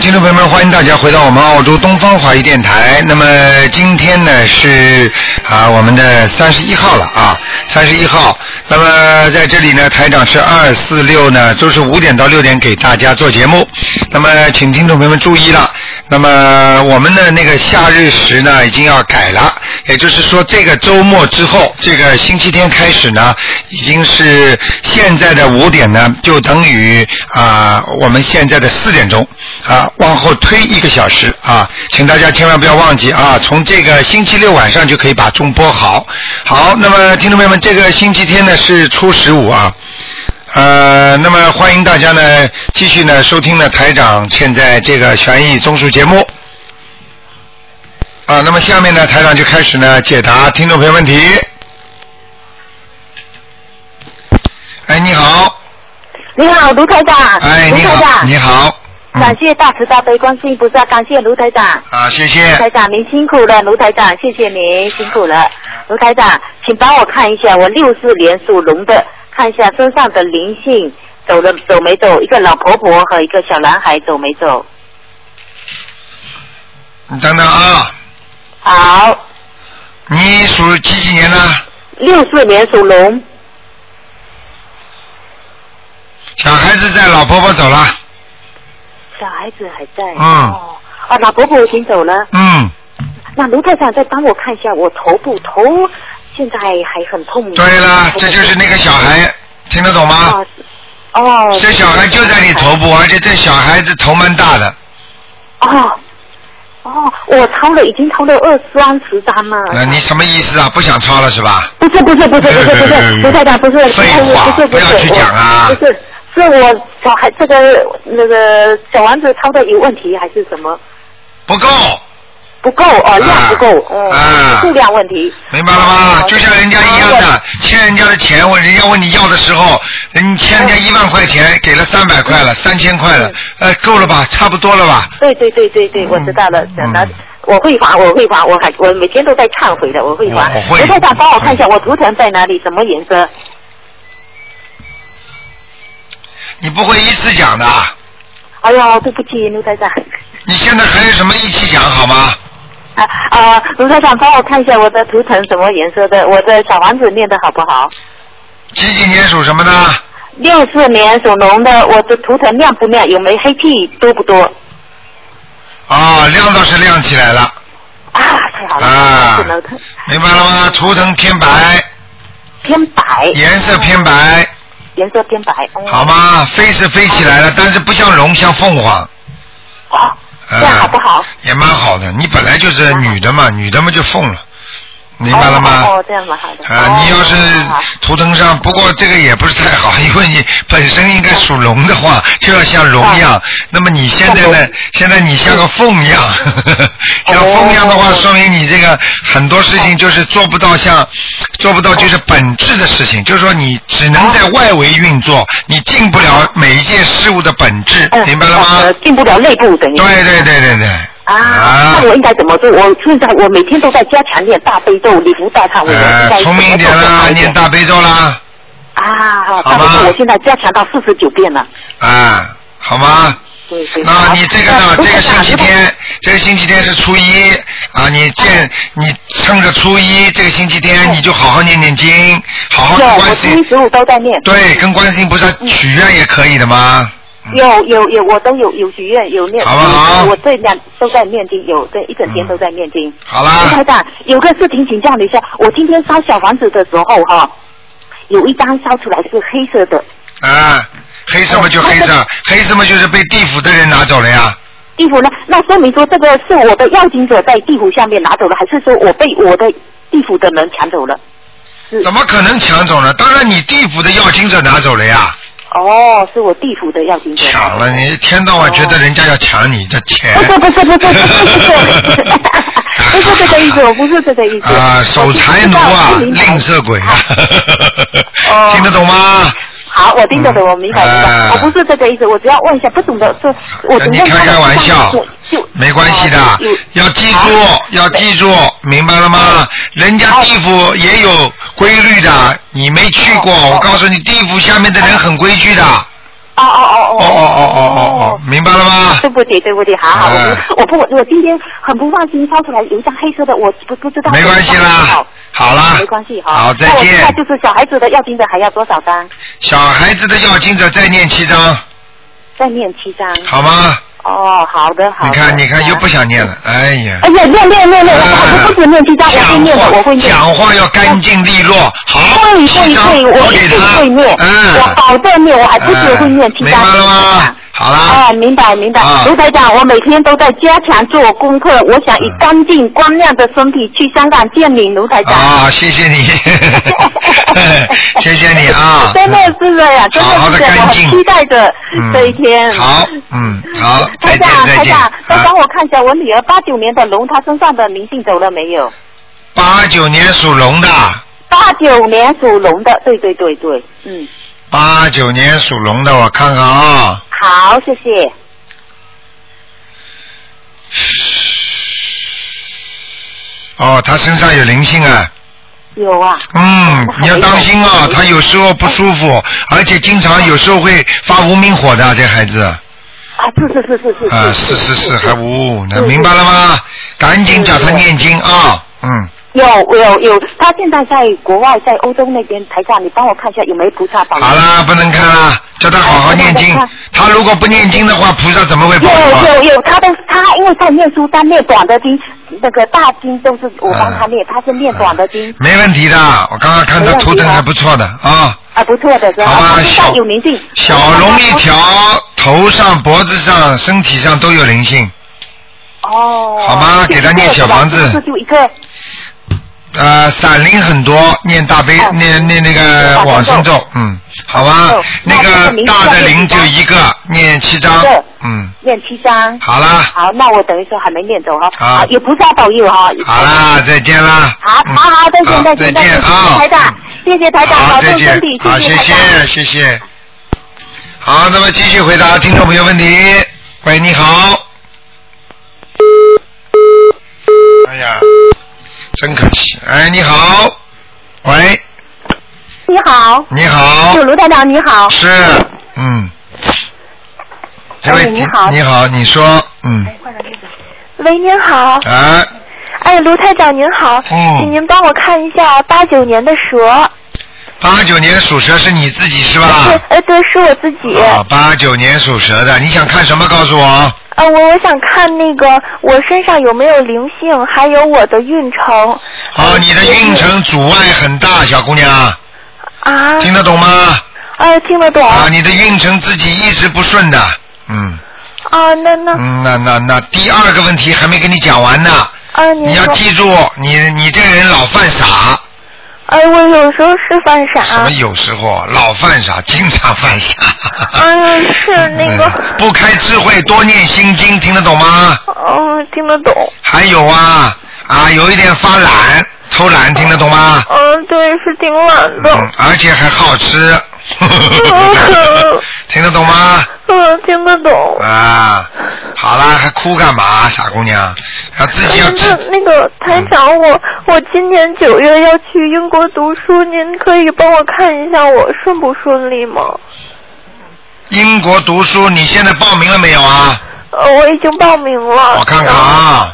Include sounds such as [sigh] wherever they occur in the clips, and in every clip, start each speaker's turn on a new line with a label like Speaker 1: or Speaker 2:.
Speaker 1: 听众朋友们，欢迎大家回到我们澳洲东方华语电台。那么今天呢是啊我们的三十一号了啊，三十一号。那么在这里呢，台长是二四六呢，都是五点到六点给大家做节目。那么请听众朋友们注意了，那么我们的那个夏日时呢已经要改了，也就是说这个周末之后，这个星期天开始呢，已经是现在的五点呢，就等于啊我们现在的四点钟啊，往后推一个小时啊，请大家千万不要忘记啊，从这个星期六晚上就可以把钟播好。好，那么听众朋友们，这个星期天呢是初十五啊。呃，那么欢迎大家呢继续呢收听呢台长现在这个悬疑综述节目。啊，那么下面呢台长就开始呢解答听众朋友问题。哎，你好，
Speaker 2: 你好，卢台长。
Speaker 1: 哎，
Speaker 2: 卢
Speaker 1: 你
Speaker 2: 啊台
Speaker 1: 好，
Speaker 2: 长，
Speaker 1: 你好，
Speaker 2: 感
Speaker 1: 嗯，
Speaker 2: 谢大慈大悲观世音菩萨，感谢卢台长。
Speaker 1: 啊，谢
Speaker 2: 卢台
Speaker 1: 谢，
Speaker 2: 长，您辛苦了，卢台长，谢谢您辛苦了。卢台长，请帮我看一下，我六四年属龙的，看一下身上的灵性走了走没走？一个老婆婆和一个小男孩走没走？
Speaker 1: 你等等啊，
Speaker 2: 好，
Speaker 1: 你属几几年的？
Speaker 2: 六四年属龙，
Speaker 1: 小孩子在，老婆婆走了，
Speaker 2: 小孩子还在。
Speaker 1: 嗯
Speaker 2: 哦，哦，老婆婆已经走了。
Speaker 1: 嗯，
Speaker 2: 那卢台长再帮我看一下我头部，头现在还很痛。
Speaker 1: 对了，
Speaker 2: 头
Speaker 1: 这
Speaker 2: 很
Speaker 1: 就是那个小孩，听得懂吗？
Speaker 2: 哦，是哦，
Speaker 1: 这啊小孩就在你头部，而且这小孩子头蛮大的，
Speaker 2: 哦，哦，我抄了，已经抄了二三十张了。
Speaker 1: 那你什么意思啊？不想抄了是吧？
Speaker 2: 不是不是不是不是不是卢台长不是不是不
Speaker 1: 呃废话
Speaker 2: 是不
Speaker 1: 不
Speaker 2: 是
Speaker 1: 要去讲啊
Speaker 2: 我不是是我小孩这个那个小丸子抄的有问题还是什么
Speaker 1: 不够，
Speaker 2: 不够哦量
Speaker 1: 啊
Speaker 2: 不够哦
Speaker 1: 啊
Speaker 2: 数量问题嗯
Speaker 1: 明白了吗？
Speaker 2: 哦
Speaker 1: 就像人家一样的，欠人家的钱，问人家问你要的时候，你欠人家一万块钱，给了三百块了，三千块了，呃，够了吧？差不多了吧？
Speaker 2: 对对对对对我知道了
Speaker 1: 嗯
Speaker 2: 那我会还我会还我还我每天都在忏悔的我会还
Speaker 1: 我会
Speaker 2: 卢台长帮我看一下我图腾在哪里什么颜色
Speaker 1: 你不会一次讲的，啊
Speaker 2: 哎呦对不起卢台长。
Speaker 1: 你现在还有什么一起讲好吗？
Speaker 2: 啊啊！卢台长，帮我看一下我的图腾什么颜色的？我的小王子念的好不好？
Speaker 1: 几几年属什么呢？
Speaker 2: 六四年属龙的，我的图腾亮不亮？有没黑气多不多？
Speaker 1: 啊，亮倒是亮起来了，
Speaker 2: 啊，太好了！
Speaker 1: 啊
Speaker 2: 不能看
Speaker 1: 明白了吗？图腾偏白，
Speaker 2: 偏白，
Speaker 1: 颜色偏白，
Speaker 2: 颜色偏白。嗯、
Speaker 1: 好吗？飞是飞起来了，但是不像龙，像凤凰。
Speaker 2: 哦，这
Speaker 1: 嗯，
Speaker 2: 样好不好？
Speaker 1: 也蛮好的，你本来就是女的嘛，女的嘛就疯了，明白了吗？
Speaker 2: 哦，哦这样蛮好的。
Speaker 1: 啊，
Speaker 2: 哦
Speaker 1: 你要
Speaker 2: 好好
Speaker 1: 是图腾上，不过这个也不是太好， [laughs] 因为你本身应该属龙的话，就要像龙一样。那么你现在
Speaker 2: 哦像
Speaker 1: 呢？现在你像个凤一样， [laughs] 像凤一样的话，
Speaker 2: 哦
Speaker 1: 说明你这个很多事情就是做不到像，做不到就是本质的事情，就是说你只能在外围运作，你进不了每一件事物的本质，
Speaker 2: 嗯
Speaker 1: 明白了吗
Speaker 2: 呃？进不了内部等于。
Speaker 1: 对对对对对。
Speaker 2: 啊，那我应该怎么做？我现在我每天都在加强念大悲咒、礼佛大忏悔，我应
Speaker 1: 呃
Speaker 2: 该，
Speaker 1: 聪明一点
Speaker 2: 怎么做更
Speaker 1: 啦
Speaker 2: 好，
Speaker 1: 念大悲咒啦，
Speaker 2: 啊，好，
Speaker 1: 好吧
Speaker 2: 大悲咒我现在加强到四十九遍了。
Speaker 1: 啊，好吗？
Speaker 2: 对对。
Speaker 1: 那
Speaker 2: 好
Speaker 1: 你这个呢
Speaker 2: 那？
Speaker 1: 这个星期
Speaker 2: 卢台长
Speaker 1: 天，这个星期天是初一啊，
Speaker 2: 哦
Speaker 1: 你见你趁着初一这个星期天，
Speaker 2: 嗯
Speaker 1: 你就好好念念经，好好
Speaker 2: 如
Speaker 1: 跟
Speaker 2: 果
Speaker 1: 观
Speaker 2: 我嗯
Speaker 1: 世
Speaker 2: 初一
Speaker 1: 音，
Speaker 2: 十五都在念。
Speaker 1: 对，跟观世音菩萨许愿也可以的嘛。
Speaker 2: 有有有，我都有有许愿，有念，
Speaker 1: 好不好嗯
Speaker 2: 我这两都在念经，有这一整天都在念经。
Speaker 1: 好
Speaker 2: 卢
Speaker 1: 啦
Speaker 2: 台，长，有个事情请教你一下，我今天烧小房子的时候哈、有一张烧出来是黑色的，
Speaker 1: 啊，黑什
Speaker 2: 哦
Speaker 1: 么就黑什么，黑什么就是被地府的人拿走了呀。
Speaker 2: 地府呢？那说明说这个是我的要经者在地府下面拿走了，还是说我被我的地府的人抢走了？是
Speaker 1: 怎么可能抢走呢？当然你地府的要经者拿走了呀。
Speaker 2: 哦，是我地府的要经者。
Speaker 1: 抢了，你一天到晚觉得人家要抢你的钱。
Speaker 2: 哦不是不是不是不是
Speaker 1: [laughs]
Speaker 2: 不是这个意思，我不是这个意思。
Speaker 1: 啊，守财奴啊，
Speaker 2: 我知道我
Speaker 1: 吝
Speaker 2: 明白
Speaker 1: 啬鬼啊，
Speaker 2: 哦
Speaker 1: 听得懂吗？
Speaker 2: 好，我听得懂，我明白明
Speaker 1: 哎
Speaker 2: 白。我不是这个意思，我只要问一下，不懂的就我
Speaker 1: 跟你开开玩笑
Speaker 2: 就就，
Speaker 1: 没关系的
Speaker 2: 哦就就，
Speaker 1: 要记住
Speaker 2: 好，哦
Speaker 1: 要记住，明白了吗？人家地府也有规律的，你没去过，
Speaker 2: 哦
Speaker 1: 我告诉你，地府下面的人很规矩的，
Speaker 2: 哦哦
Speaker 1: 哦
Speaker 2: 哦
Speaker 1: 哦
Speaker 2: 哦。
Speaker 1: 哦哦哦哦，明白了吗
Speaker 2: 对？不起，对不起，好好，
Speaker 1: 哎
Speaker 2: 我不，我不，我今天很不放心，掏出来有一张黑色的，我不不知道。
Speaker 1: 没关系啦，好啦，
Speaker 2: 没关系哈。
Speaker 1: 好，再
Speaker 2: 那我现在
Speaker 1: 见。
Speaker 2: 就是小孩子的要金的还要多少张？
Speaker 1: 小孩子的要经者再念七章，
Speaker 2: 再念七张。
Speaker 1: 好吗？
Speaker 2: 哦，好的，好的。
Speaker 1: 你看，你看，又
Speaker 2: 啊
Speaker 1: 不想念了，哎呀。
Speaker 2: 哎呀，念念念念，我
Speaker 1: 哎
Speaker 2: 我不是念七张，我会念的，我会念。
Speaker 1: 讲话要干净利落，好，
Speaker 2: 对对
Speaker 1: 七张
Speaker 2: 对，我
Speaker 1: 给
Speaker 2: 一定
Speaker 1: 他，
Speaker 2: 会念，
Speaker 1: 嗯，
Speaker 2: 我保证念，我还不止会念
Speaker 1: 哎
Speaker 2: 七
Speaker 1: 明
Speaker 2: 张
Speaker 1: 白
Speaker 2: 给
Speaker 1: 了
Speaker 2: 你
Speaker 1: 吗
Speaker 2: 看？
Speaker 1: 好啦，
Speaker 2: 哎，明白明白
Speaker 1: 啊，
Speaker 2: 卢台长，我每天都在加强做功课，我想
Speaker 1: 嗯
Speaker 2: 以干净光亮的身体去香港见你，卢台长。
Speaker 1: 啊，谢谢
Speaker 2: [laughs]
Speaker 1: 你， [laughs] 谢谢你啊，
Speaker 2: 真的是这样，真
Speaker 1: 好好地
Speaker 2: 的是这样，
Speaker 1: 干
Speaker 2: 我很
Speaker 1: 净
Speaker 2: 期待着这一天。
Speaker 1: 嗯好，嗯，好，再
Speaker 2: 台
Speaker 1: 见
Speaker 2: 长，
Speaker 1: 再
Speaker 2: 台
Speaker 1: 见
Speaker 2: 长，，再帮
Speaker 1: 啊，
Speaker 2: 我看一下我女儿八九年的龙，她身上的灵性走了没有？
Speaker 1: 八九年属龙的，
Speaker 2: 八九年属龙的，对对对对，嗯，
Speaker 1: 八九年属龙的，我看看啊，
Speaker 2: 好，谢谢。
Speaker 1: 哦，他身上有灵性啊，
Speaker 2: 有啊，
Speaker 1: 嗯，你要当心啊，他有时候不舒服，而且经常有时候会发无名火的，这孩子。
Speaker 2: 啊，是是是是是 [laughs]
Speaker 1: 啊，是是是，还无，那明白了吗？赶紧叫他念经啊，嗯，
Speaker 2: 有有有，他现在在国外，在欧洲那边，台长，你帮我看一下有没有菩萨保佑？
Speaker 1: 好啦，不能看啦，叫他好好念经。他如果不念经的话，菩萨怎么会保佑啊？
Speaker 2: 有有有，他都他因为在念书，他念短的经，那个大经都是我帮他念，他是念短的经，
Speaker 1: 没问题的，我刚刚看他图腾还不错的啊，
Speaker 2: 啊，不错的，是吧？
Speaker 1: 好吧
Speaker 2: 他现在
Speaker 1: 小
Speaker 2: 有灵性，
Speaker 1: 小龙一条，头上、脖子上、身体上都有灵性。
Speaker 2: 哦，
Speaker 1: 好吗给他念小房子
Speaker 2: 这就一个，
Speaker 1: 呃，散灵很多，念大悲，
Speaker 2: 哦
Speaker 1: 念念那个往生咒，嗯，好吧
Speaker 2: 哦，
Speaker 1: 那
Speaker 2: 那这个
Speaker 1: 个
Speaker 2: 名字
Speaker 1: 大的
Speaker 2: 要念
Speaker 1: 灵
Speaker 2: 几
Speaker 1: 就
Speaker 2: 张
Speaker 1: 一个，念七张
Speaker 2: 一个，
Speaker 1: 嗯，
Speaker 2: 念七张。
Speaker 1: 好啦。
Speaker 2: 好，那我等于说还没念走哈，
Speaker 1: 好
Speaker 2: 啊有菩萨保佑哈。
Speaker 1: 好啦，再见啦。
Speaker 2: 好，
Speaker 1: 嗯
Speaker 2: 好好，再见，
Speaker 1: 好
Speaker 2: 再
Speaker 1: 见
Speaker 2: 见，再见，谢谢
Speaker 1: 啊！
Speaker 2: 台长，谢谢台长，
Speaker 1: 好，
Speaker 2: 保
Speaker 1: 再
Speaker 2: 重
Speaker 1: 见
Speaker 2: 身体，，
Speaker 1: 好，
Speaker 2: 谢
Speaker 1: 谢
Speaker 2: 台
Speaker 1: 谢，
Speaker 2: 长。
Speaker 1: 谢谢。好，那么继续回答听众朋友问题。喂，你好。哎呀，真可惜。哎，你好。喂，
Speaker 3: 你好，
Speaker 1: 你好
Speaker 3: 是。卢台长，你好。
Speaker 1: 是，嗯。这
Speaker 3: 哎
Speaker 1: 位
Speaker 3: 你好
Speaker 1: 你好，你说，嗯，
Speaker 2: 哎
Speaker 3: 喂，您好。
Speaker 1: 啊，
Speaker 3: 哎，卢台长您好，
Speaker 1: 嗯
Speaker 3: 请您帮我看一下八九年的蛇。
Speaker 1: 啊八九年属蛇是你自己是吧？
Speaker 3: 对，呃，对，是我自己。
Speaker 1: 啊，八九年属蛇的，你想看什么？告诉我。啊
Speaker 3: 呃，我我想看那个我身上有没有灵性，还有我的运程。
Speaker 1: 哦，
Speaker 3: 呃
Speaker 1: 你的运程阻碍很大，小姑娘，
Speaker 3: 啊，
Speaker 1: 听得懂吗？
Speaker 3: 呃，听得懂。
Speaker 1: 啊，你的运程自己一直不顺的，嗯，
Speaker 3: 啊，那那，
Speaker 1: 嗯，那那那第二个问题还没跟你讲完呢，
Speaker 3: 啊，您
Speaker 1: 你要
Speaker 3: 说，
Speaker 1: 记住，你你这个人老犯傻，
Speaker 3: 哎，我有时候是犯
Speaker 1: 什
Speaker 3: 傻
Speaker 1: 么。有时候老犯傻，经常犯傻。
Speaker 3: 嗯，是那个，
Speaker 1: 嗯 [laughs] 不开智慧，多念心经，听得懂吗？
Speaker 3: 嗯，听得懂。
Speaker 1: 还有啊啊，有一点发懒，偷懒，听得懂吗？
Speaker 3: 嗯，对，是挺懒的。
Speaker 1: 嗯，而且还好
Speaker 3: [laughs]
Speaker 1: 吃，嗯听得懂吗？
Speaker 3: 嗯，哦听得懂。
Speaker 1: 啊，好啦，还哭干嘛，傻姑娘？要自己要
Speaker 3: 那
Speaker 1: 自
Speaker 3: 那个台长，我我今年九月要去英国读书，您可以帮我看一下我顺不顺利吗？
Speaker 1: 英国读书，你现在报名了没有啊？
Speaker 3: 呃，我已经报名了。
Speaker 1: 我看看啊，
Speaker 3: 然后。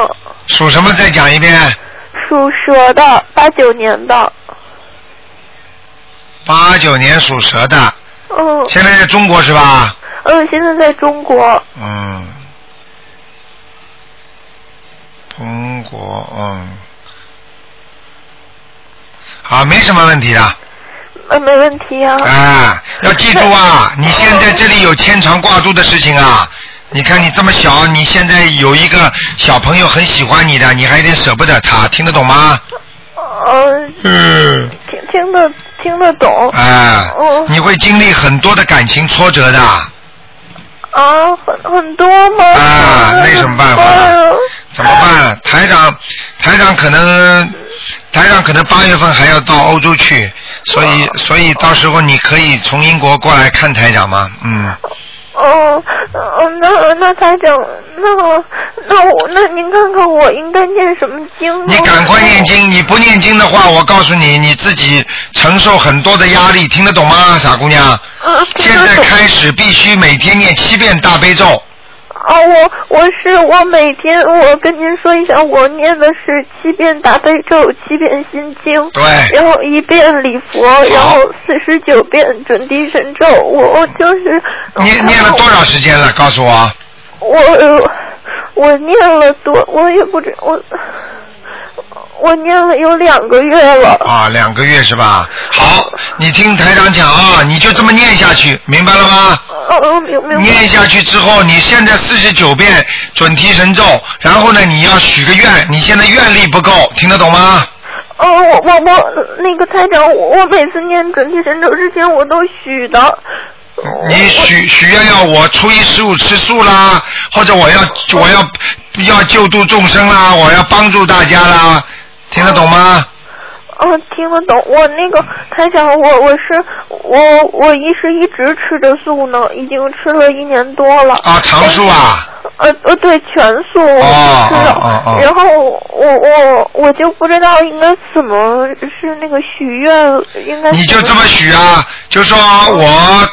Speaker 3: 嗯，
Speaker 1: 属什么？再讲一遍。
Speaker 3: 属蛇的，八九年的。
Speaker 1: 八九年属蛇的，
Speaker 3: 嗯
Speaker 1: 现在在中国是吧？
Speaker 3: 嗯，现在在中国。
Speaker 1: 嗯，中国，嗯，好，没什么问题的。
Speaker 3: 呃，没问题啊。
Speaker 1: 啊，要记住啊，你现在这里有牵肠挂肚的事情啊。你看你这么小，你现在有一个小朋友很喜欢你的，你还有点舍不得他，听得懂吗？啊
Speaker 3: 嗯，
Speaker 1: 嗯。
Speaker 3: 听听得听得懂。
Speaker 1: 啊
Speaker 3: 哦，
Speaker 1: 你会经历很多的感情挫折的。
Speaker 3: 啊，很很多吗？
Speaker 1: 啊那有什么办法
Speaker 3: 嗯
Speaker 1: 怎么办？台长，台长可能，台长可能八月份还要到欧洲去，所以所以到时候你可以从英国过来看台长吗？嗯，
Speaker 3: 嗯嗯嗯，那那台长，那那我那您看看我应该念什么经？
Speaker 1: 你赶快念。经，你不念经的话，我告诉你，你自己承受很多的压力，听得懂吗，傻姑娘？
Speaker 3: 嗯，
Speaker 1: 现在开始必须每天念七遍大悲咒，
Speaker 3: 啊，我我是我每天我跟您说一下，我念的是七遍大悲咒，七遍心经，
Speaker 1: 对，
Speaker 3: 然后一遍礼佛，然后四十九遍准提神咒。我我就是
Speaker 1: 念念了多少时间了？告诉我，
Speaker 3: 我我念了多，我也不知我我念了有两个月了。
Speaker 1: 啊，两个月是吧？好，你听台长讲啊，你就这么念下去，明白了吗？
Speaker 3: 嗯嗯，明明白。
Speaker 1: 念下去之后，你现在四十九遍准提神咒，然后呢，你要许个愿，你现在愿力不够，听得懂吗？
Speaker 3: 哦，我我我那个台长，我我每次念准提神咒之前我都许的。
Speaker 1: 你许许愿要我初一十五吃素啦，或者我要我要要救度众生啦，我要帮助大家啦，听得懂吗？
Speaker 3: 哦，听得懂。我那个台长，我我是我我一是一直吃着素呢，已经吃了一年多了。
Speaker 1: 啊，常数啊，
Speaker 3: 呃呃，对，全素我
Speaker 1: 哦
Speaker 3: 吃了。
Speaker 1: 哦哦哦
Speaker 3: 然后我我我就不知道应该怎么是那个许愿，应该
Speaker 1: 你就
Speaker 3: 怎
Speaker 1: 这么许啊，就说我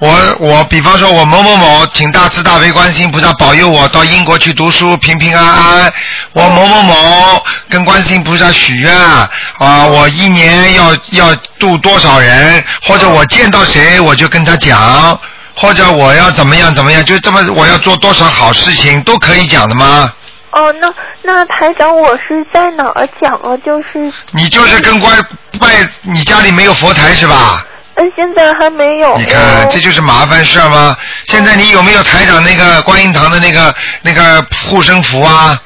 Speaker 1: 我我，比方说我某某某，请大慈大悲观世音菩萨保佑我到英国去读书，平平安安。我某某某跟观世音菩萨许愿啊，我一年要要度多少人，或者我见到谁我就跟他讲。或者我要怎么样怎么样，就这么我要做多少好事情都可以讲的吗？
Speaker 3: 哦，那那台长，我是在哪儿讲啊？就是
Speaker 1: 你就是跟关拜，你家里没有佛台是吧？
Speaker 3: 呃，现在还没有。
Speaker 1: [laughs] 你看，这就是麻烦事儿吗？现在你有没有台长那个观音堂的那个那个护身符啊？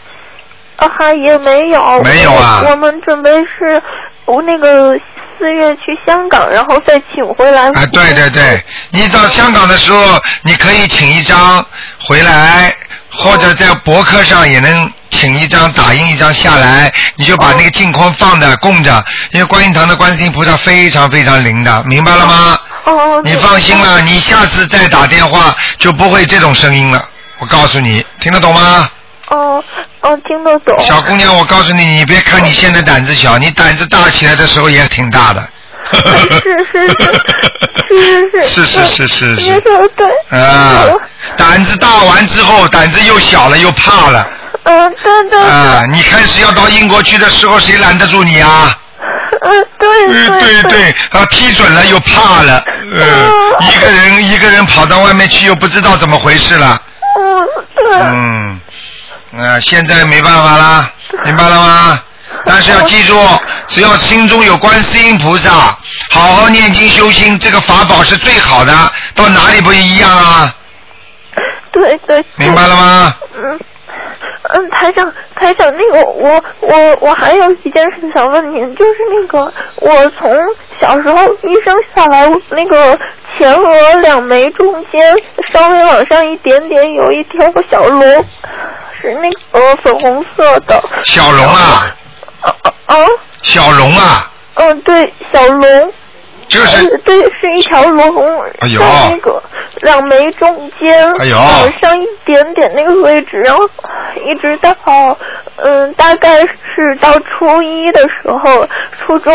Speaker 3: 啊哈，也没有。
Speaker 1: 没有啊
Speaker 3: 我我们准备是，我那个四月去香港，然后再请回来。
Speaker 1: 啊，对对对，你到香港的时候，你可以请一张回来，或者在博客上也能请一张，打印一张下来，你就把那个镜框放着供着，因为观音堂的观世音菩萨非常非常灵的，明白了吗？
Speaker 3: 哦，
Speaker 1: 你放心了，你下次再打电话就不会这种声音了，我告诉你，听得懂吗？
Speaker 3: 哦哦，听得懂。
Speaker 1: 小 [laughs] 姑娘，我告诉你，你别看你现在胆子小，你胆子大起来的时候也挺大的。
Speaker 3: 是是是
Speaker 1: 是是是是
Speaker 3: 您
Speaker 1: 是
Speaker 3: 说得对。
Speaker 1: 啊
Speaker 3: 嗯，
Speaker 1: 胆子大完之后，胆子又小了，又怕了
Speaker 3: 嗯，对对，
Speaker 1: 啊！你开始要到英国去的时候，谁拦得住你啊？
Speaker 3: 嗯，对
Speaker 1: 嗯，对
Speaker 3: 对
Speaker 1: 对，啊，批准了又怕了，呃，一个人一个人跑到外面去又不知道怎么回事了，
Speaker 3: 嗯，对。
Speaker 1: 嗯，啊，现在没办法啦，明白了吗？但是要记住，只要心中有观世音菩萨，好好念经修心，这个法宝是最好的，到哪里不一样啊？
Speaker 3: 对对，对
Speaker 1: 明白了吗？
Speaker 3: 嗯嗯，台长，台长，那个我我我还有一件事想问您，就是那个我从小时候一生下来，那个前额两眉中间稍微往上一点点有一条小龙，是那个、呃、粉红色的。
Speaker 1: 小龙啊，
Speaker 3: 啊啊啊！
Speaker 1: 小龙啊，
Speaker 3: 嗯，对，小龙，
Speaker 1: 就
Speaker 3: 呃
Speaker 1: 是
Speaker 3: 对，是一条龙，
Speaker 1: 哎呦
Speaker 3: 在那个两眉中间，
Speaker 1: 哎呦
Speaker 3: 往上一点点那个位置，然后一直到嗯，大概是到初一的时候，初中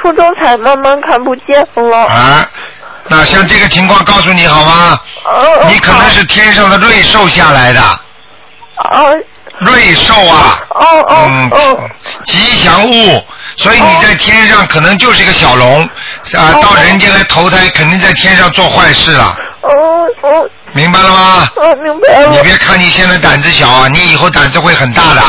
Speaker 3: 初中才慢慢看不见了。
Speaker 1: 啊，那像这个情况告诉你好吗？
Speaker 3: 呃
Speaker 1: 你可能是天上的瑞兽下来的，
Speaker 3: 啊
Speaker 1: 瑞兽啊，
Speaker 3: 哦哦
Speaker 1: 嗯
Speaker 3: 哦，
Speaker 1: 吉祥物，所以你在天上可能就是一个小龙，啊，到人间来投胎，肯定在天上做坏事了，
Speaker 3: 哦哦
Speaker 1: 明白了吗？
Speaker 3: 哦，明白
Speaker 1: 你
Speaker 3: 了。
Speaker 1: 别看你现在胆子小啊，你以后胆子会很大的。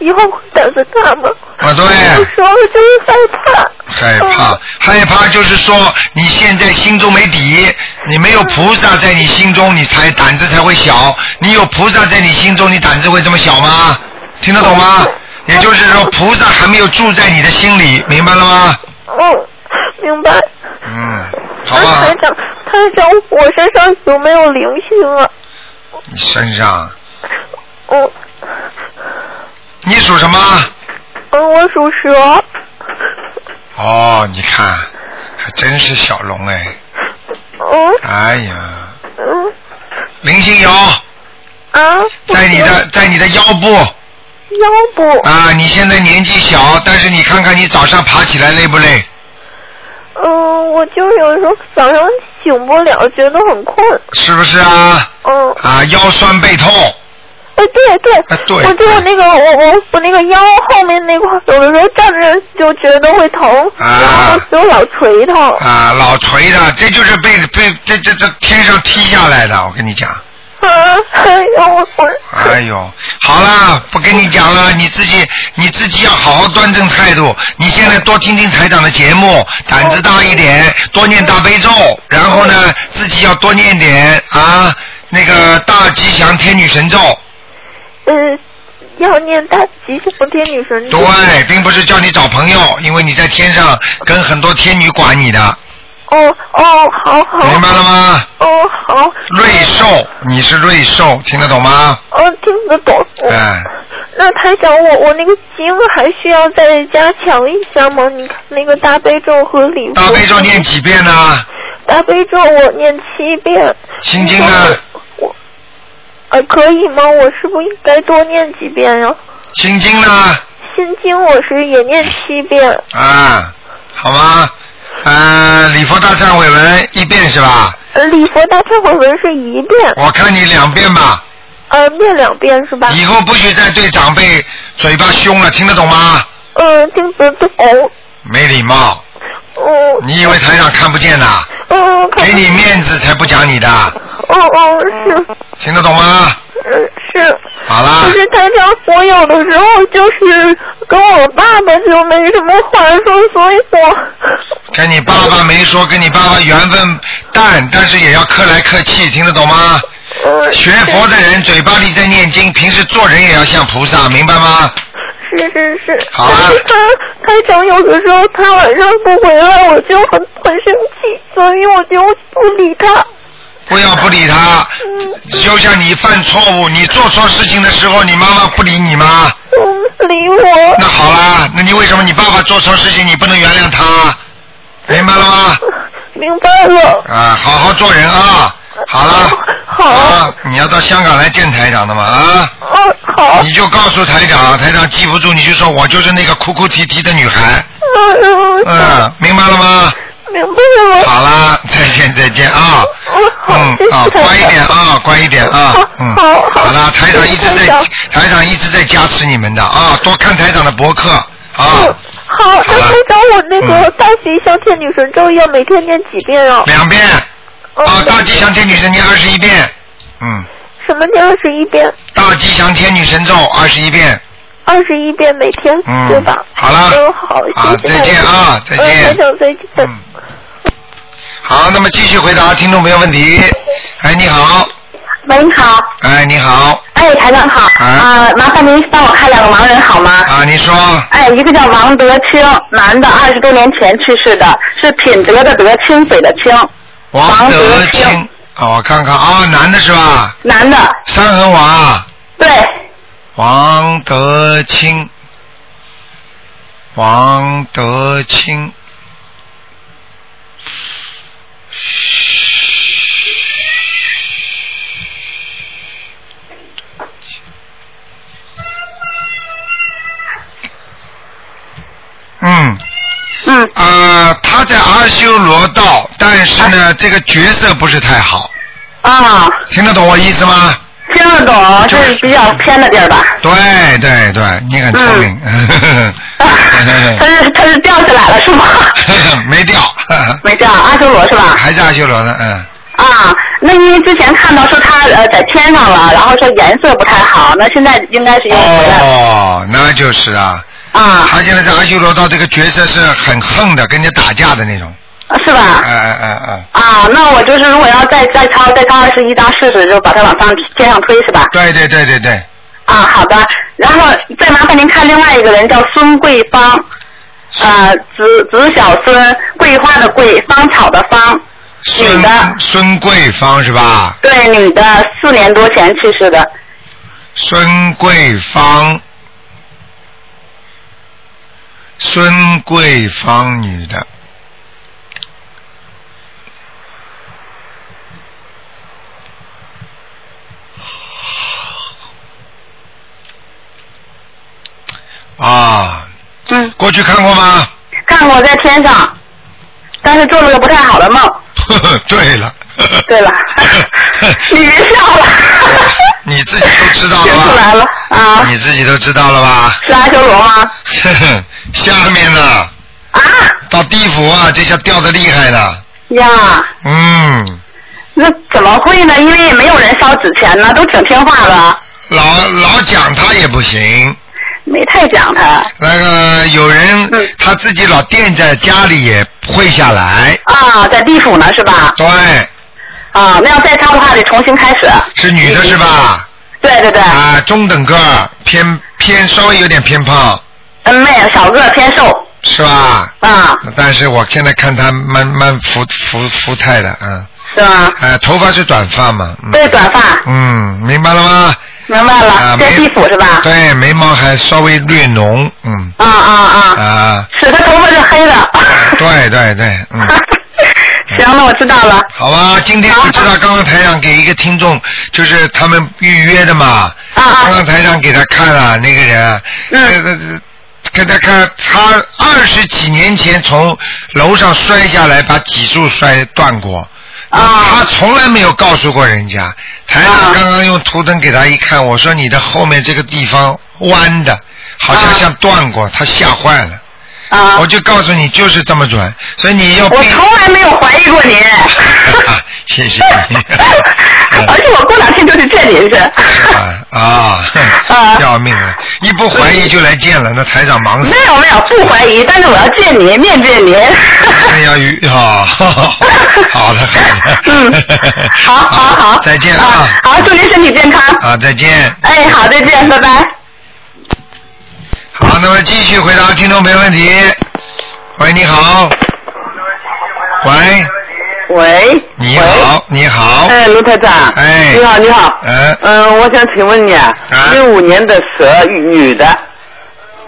Speaker 3: 以后会胆子大吗？
Speaker 1: 啊，对，
Speaker 3: 有时候就是害怕。
Speaker 1: 害怕
Speaker 3: 嗯，
Speaker 1: 害怕就是说你现在心中没底，你没有菩萨在你心中，你才胆子才会小。你有菩萨在你心中，你胆子会这么小吗？听得懂吗？
Speaker 3: 哦
Speaker 1: 也就是说，菩萨还没有住在你的心里，明白了吗？
Speaker 3: 嗯，明白。
Speaker 1: 嗯，好
Speaker 3: 那
Speaker 1: 吧
Speaker 3: 台。长，台长，我身上有没有灵性啊？
Speaker 1: 你身上，
Speaker 3: 嗯
Speaker 1: 你属什么？
Speaker 3: 嗯，我属蛇。
Speaker 1: 哦，你看，还真是小龙哎！
Speaker 3: 嗯
Speaker 1: 哎呀，灵性有，
Speaker 3: 啊，我
Speaker 1: 在你的在你的腰部
Speaker 3: 腰部，
Speaker 1: 啊。你现在年纪小，但是你看看你早上爬起来累不累？
Speaker 3: 嗯，我就有时候早上醒不了，觉得很困，
Speaker 1: 是不是啊？
Speaker 3: 嗯，
Speaker 1: 啊，腰酸背痛，
Speaker 3: 哎，对对，
Speaker 1: 哎对
Speaker 3: 我就那个我我我那个腰后面那块儿，有的时候站着就觉得会疼，
Speaker 1: 啊
Speaker 3: 然后就老垂疼，
Speaker 1: 啊，老垂的，这就是被被这这这天上踢下来的，我跟你讲。
Speaker 3: 啊，哎呦，我我，
Speaker 1: 哎呦，好啦，不跟你讲了，你自己你自己要好好端正态度。你现在多听听台长的节目，胆子大一点，多念大悲咒，然后呢，自己要多念点啊，那个大吉祥天女神咒。
Speaker 3: 呃，要念大吉祥天女神咒，
Speaker 1: 对，并不是叫你找朋友，因为你在天上跟很多天女管你的，
Speaker 3: 哦哦，好
Speaker 1: 明
Speaker 3: 好，
Speaker 1: 白了吗？
Speaker 3: 哦好，
Speaker 1: 瑞兽，你是瑞兽，听得懂吗？
Speaker 3: 哦听得懂，我
Speaker 1: 哎，
Speaker 3: 那台长，我我那个经还需要再加强一下吗？你看那个大悲咒和礼佛，
Speaker 1: 大悲咒念几遍呢？
Speaker 3: 大悲咒我念七遍，
Speaker 1: 心经啊呢？
Speaker 3: 我呃可以吗？我是不是应该多念几遍呀、
Speaker 1: 心经呢？
Speaker 3: 心经我是也念七遍，
Speaker 1: 啊，好吗？呃，礼佛大忏悔文一遍是吧？
Speaker 3: 呃礼佛大忏悔文是一遍，
Speaker 1: 我看你两遍吧，
Speaker 3: 呃念两遍是吧？
Speaker 1: 以后不许再对长辈嘴巴凶了，听得懂吗？
Speaker 3: 嗯、听得懂，
Speaker 1: 没礼貌，
Speaker 3: 嗯
Speaker 1: 你以为台长看不见呐？
Speaker 3: 嗯，看
Speaker 1: 给你面子才不讲你的，
Speaker 3: 嗯嗯是。
Speaker 1: 听得懂吗？
Speaker 3: 嗯，是。
Speaker 1: 好啦
Speaker 3: 可是台长，我有的时候就是跟我爸爸就没什么话说，所以我，
Speaker 1: 跟你爸爸没说，跟你爸爸缘分淡，但是也要客来客气，听得懂吗？
Speaker 3: 呃，
Speaker 1: 学佛的人嘴巴里在念经，平时做人也要像菩萨，明白吗？
Speaker 3: 是是是。
Speaker 1: 好啊
Speaker 3: 但是他台长有的时候他晚上不回来，我就很很生气，所以我就不理他。
Speaker 1: 不要不理他，
Speaker 3: 嗯
Speaker 1: 就像你犯错误，你做错事情的时候，你妈妈不理你吗？
Speaker 3: 嗯，理我。
Speaker 1: 那好啦，那你为什么你爸爸做错事情，你不能原谅他？明白了吗？
Speaker 3: 明白了。
Speaker 1: 啊，好好做人啊！好啦，
Speaker 3: 好
Speaker 1: 啊，你要到香港来见台长的嘛啊！
Speaker 3: 啊，好。
Speaker 1: 你就告诉台长，台长记不住，你就说我就是那个哭哭啼啼的女孩，
Speaker 3: 嗯，
Speaker 1: 嗯，明白了吗？
Speaker 3: 明白了。
Speaker 1: 好啦，再见再见啊！
Speaker 3: 嗯，好，谢
Speaker 1: 嗯
Speaker 4: [laughs]
Speaker 1: 啊，
Speaker 3: 谢台
Speaker 1: 乖一
Speaker 3: 长
Speaker 1: 点啊，乖一点啊
Speaker 3: 好，
Speaker 1: 嗯，
Speaker 3: 好好
Speaker 1: 好啦，台长一直在
Speaker 3: 台长
Speaker 1: 台长一直在加持你们的啊，多看台长的博客啊嗯
Speaker 3: 嗯，，好，那台长，我那个大吉祥天女神咒要每天念几遍啊？
Speaker 1: 两遍
Speaker 4: 哦
Speaker 3: 嗯
Speaker 1: 啊，大吉祥天女神念二十一遍，嗯，
Speaker 3: 什么念二十一遍？
Speaker 1: 大吉祥天女神咒二十一遍，
Speaker 3: 二十一遍每天，
Speaker 1: 嗯
Speaker 3: 对吧？
Speaker 1: 好了
Speaker 3: 嗯，好，谢谢
Speaker 1: 啊再见啊
Speaker 3: 台
Speaker 1: 再
Speaker 3: 长
Speaker 1: 见
Speaker 3: 嗯，台长，再见。
Speaker 1: 嗯，好，那么继续回答听众朋友问题。哎，你好，
Speaker 4: 喂，你好，
Speaker 1: 哎，你好，
Speaker 4: 哎，台长好，
Speaker 1: 啊
Speaker 4: 啊、麻烦您帮我看两个盲人好吗？
Speaker 1: 啊，你说，
Speaker 4: 哎，一个叫王德清，男的，二十多年前去世的，是品德的德，清水的清，
Speaker 1: 王
Speaker 4: 王
Speaker 1: 德
Speaker 4: 德
Speaker 1: 清
Speaker 4: 清，
Speaker 1: 啊，我看看啊，男的是吧？
Speaker 4: 男的，
Speaker 1: 三横王啊。
Speaker 4: 对，
Speaker 1: 王德清，王德清，嗯，
Speaker 4: 嗯，
Speaker 1: 呃，他在阿修罗道，但是呢，这个角色不是太好，
Speaker 4: 啊，
Speaker 1: 听得懂我意思吗？
Speaker 4: 听得懂，
Speaker 1: 就
Speaker 4: 就是哦是比较偏的地儿
Speaker 1: [laughs]
Speaker 4: 吧？
Speaker 1: 对对对，你很聪明，
Speaker 4: 啊他是他是掉下来了是
Speaker 1: [laughs]
Speaker 4: 吗？
Speaker 1: 没掉， [laughs]
Speaker 4: 没掉，阿修罗是吧？
Speaker 1: 还是阿修罗呢，嗯，
Speaker 4: 啊，那因为之前看到说他呃在天上了，然后说颜色不太好，那现在应该是又回来了、
Speaker 1: 哦，那就是啊，
Speaker 4: 啊，
Speaker 1: 他现在在阿修罗道这个角色是很横的，跟人家打架的那种，
Speaker 4: 啊是吧？
Speaker 1: 哎哎哎哎，
Speaker 4: 啊，那我就是如果要再再抄再抄二十一张试试，就把它往上天上推是吧？
Speaker 1: 对对对对对，
Speaker 4: 啊，好的。然后再麻烦您看另外一个人叫孙桂芳，
Speaker 2: 啊
Speaker 4: 呃，子子小孙，桂花的桂，芳草的芳，女
Speaker 1: 孙
Speaker 4: 的，
Speaker 1: 孙桂芳是吧？
Speaker 4: 对，女的，四年多前去世的。
Speaker 1: 孙桂芳，孙桂芳女的。
Speaker 4: 嗯
Speaker 1: 去看啊过吗？ [laughs]
Speaker 4: 看过在天上，但是做了个不太好的梦。
Speaker 1: 呵呵对了。，
Speaker 4: 对了你别笑了。
Speaker 1: [laughs] 你自己都知道了
Speaker 4: 听
Speaker 1: 吧？
Speaker 4: 出来了啊
Speaker 1: 你自己都知道了吧？
Speaker 4: 是阿修罗吗？
Speaker 1: 呵呵 [laughs] 下面呢，
Speaker 4: 啊
Speaker 1: 到地府啊，这下掉的厉害了。
Speaker 4: 呀，
Speaker 1: 嗯，
Speaker 4: 那怎么会呢？因为也没有人烧纸钱呢，都挺听话的，
Speaker 1: 老老讲他也不行。
Speaker 4: 没太讲他。
Speaker 1: 那个有人
Speaker 4: 嗯
Speaker 1: 他自己老惦在家里也会下来，
Speaker 4: 啊，在地府呢是吧？
Speaker 1: 对，
Speaker 4: 啊，那要再抄的话得重新开始。嗯
Speaker 1: 是女的是吧？
Speaker 4: 对对
Speaker 2: 嗯
Speaker 4: 对，
Speaker 1: 啊，中等个儿，偏偏稍微有点偏胖，
Speaker 4: 嗯，妹小个儿偏瘦
Speaker 1: 是吧？
Speaker 4: 啊，
Speaker 1: 但是我现在看她蛮蛮福福福态的，嗯，
Speaker 4: 是吗？
Speaker 1: 呃，头发是短发嘛，嗯，
Speaker 4: 对，短发，
Speaker 1: 嗯，明白了吗？
Speaker 4: 明白
Speaker 1: 啊
Speaker 4: 了，在
Speaker 1: 眉
Speaker 4: 地府是吧？
Speaker 1: 对，眉毛还稍微略浓，嗯，
Speaker 4: 啊啊啊！
Speaker 1: 啊，
Speaker 4: 是，他头发是黑的。
Speaker 1: 对对对，嗯。
Speaker 4: [laughs] 行，那我知道了。
Speaker 1: 好吧，今天你知道刚刚台上给一个听众，就是他们预约的嘛，
Speaker 4: 啊
Speaker 1: 刚
Speaker 4: 啊
Speaker 1: 刚台上给他看了那个人，
Speaker 4: 嗯
Speaker 1: 呃，给他看他二十几年前从楼上摔下来，把脊柱摔断过。他
Speaker 4: 啊！
Speaker 1: 从来没有告诉过人家。台长
Speaker 4: 啊
Speaker 1: 刚刚用图腾给他一看，我说你的后面这个地方弯的，好像
Speaker 4: 啊
Speaker 1: 像断过，他吓坏了。
Speaker 4: 啊
Speaker 1: 我！就告诉你，就是这么准，所以你要
Speaker 4: 我
Speaker 1: 避 [laughs] 啊
Speaker 4: 从来没有怀疑过您。 [laughs]
Speaker 1: 谢谢你
Speaker 4: 而且我过两天就去见您去。
Speaker 1: 是吧？ [laughs] 啊，
Speaker 4: 啊
Speaker 1: 哼要命了！一不怀疑就来见了，那台长忙死
Speaker 4: 没。有没有，不怀疑，但是我要见您，面见您。
Speaker 1: [laughs] 那要与啊， [laughs] 好的好的，
Speaker 4: [laughs]
Speaker 1: [laughs]
Speaker 4: 嗯，好好好，
Speaker 1: 再见
Speaker 4: 啊
Speaker 1: [laughs] 啊！
Speaker 4: 好，祝您身体健康。
Speaker 1: 啊，再见。
Speaker 4: 哎，好，再见，拜拜。
Speaker 1: 好，那么继续回答听众没问题。喂，你好。喂，
Speaker 5: 喂，
Speaker 1: 你好，你好。
Speaker 5: 哎，卢台长，
Speaker 1: 哎
Speaker 5: 你好，你好，
Speaker 1: 嗯、
Speaker 5: 嗯，我想请问你啊
Speaker 1: 啊，
Speaker 5: 六五年的蛇女的，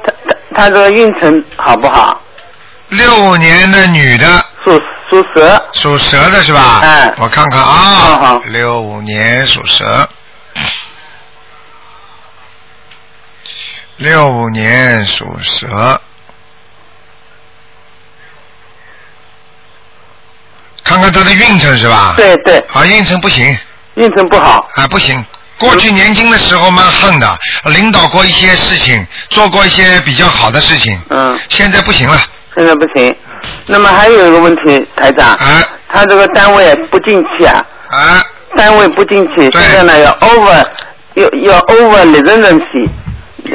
Speaker 5: 她她她的运程好不好？
Speaker 1: 六五年的女的，
Speaker 5: 属属蛇，
Speaker 1: 属蛇的是吧？
Speaker 5: 嗯
Speaker 1: 我看看
Speaker 5: 好
Speaker 1: 啊
Speaker 5: 好，
Speaker 1: 六五年属蛇。六五年属蛇，看看她的运程是吧？。
Speaker 5: 对对，
Speaker 1: 啊，运程不行，
Speaker 5: 运程不好，
Speaker 1: 啊，不行。过去年轻的时候蛮横的，领导过一些事情，做过一些比较好的事情，
Speaker 5: 嗯，
Speaker 1: 现在不行了。
Speaker 5: 现在不行。那么还有一个问题，台长，
Speaker 1: 啊
Speaker 5: 她这个单位不进去啊，
Speaker 1: 啊，
Speaker 5: 单位不进去，
Speaker 1: 对
Speaker 5: 现在呢要 over，要要 over residency，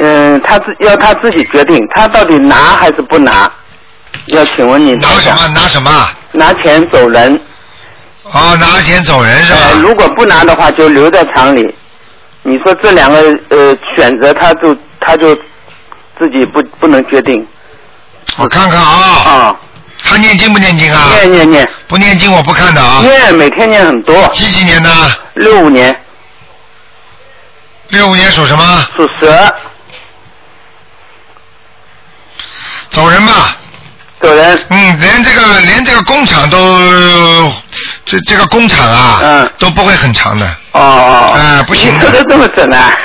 Speaker 5: 嗯，她自要她自己决定，她到底拿还是不拿？要请问你
Speaker 1: 拿什么拿什么？
Speaker 5: 拿钱走人，
Speaker 1: 哦，拿钱走人是吧？
Speaker 5: 呃，如果不拿的话就留在厂里。你说这两个呃选择，他就他就自己不不能决定
Speaker 1: 我看看啊，
Speaker 5: 啊。
Speaker 1: 他念经不念经啊？
Speaker 5: 念念念
Speaker 1: 不念经我不看的啊。
Speaker 5: 念，每天念很多。
Speaker 1: 几几年的？
Speaker 5: 六五年
Speaker 1: 六五年属什么？
Speaker 5: 属蛇，
Speaker 1: 走人吧。
Speaker 5: 走人。
Speaker 1: 嗯，连这个连这个工厂都，这这个工厂啊，
Speaker 5: 嗯
Speaker 1: 都不会很长
Speaker 5: [laughs]
Speaker 1: 的。
Speaker 5: 哦哦。
Speaker 1: 啊不行
Speaker 5: [laughs] 你说的这么准啊，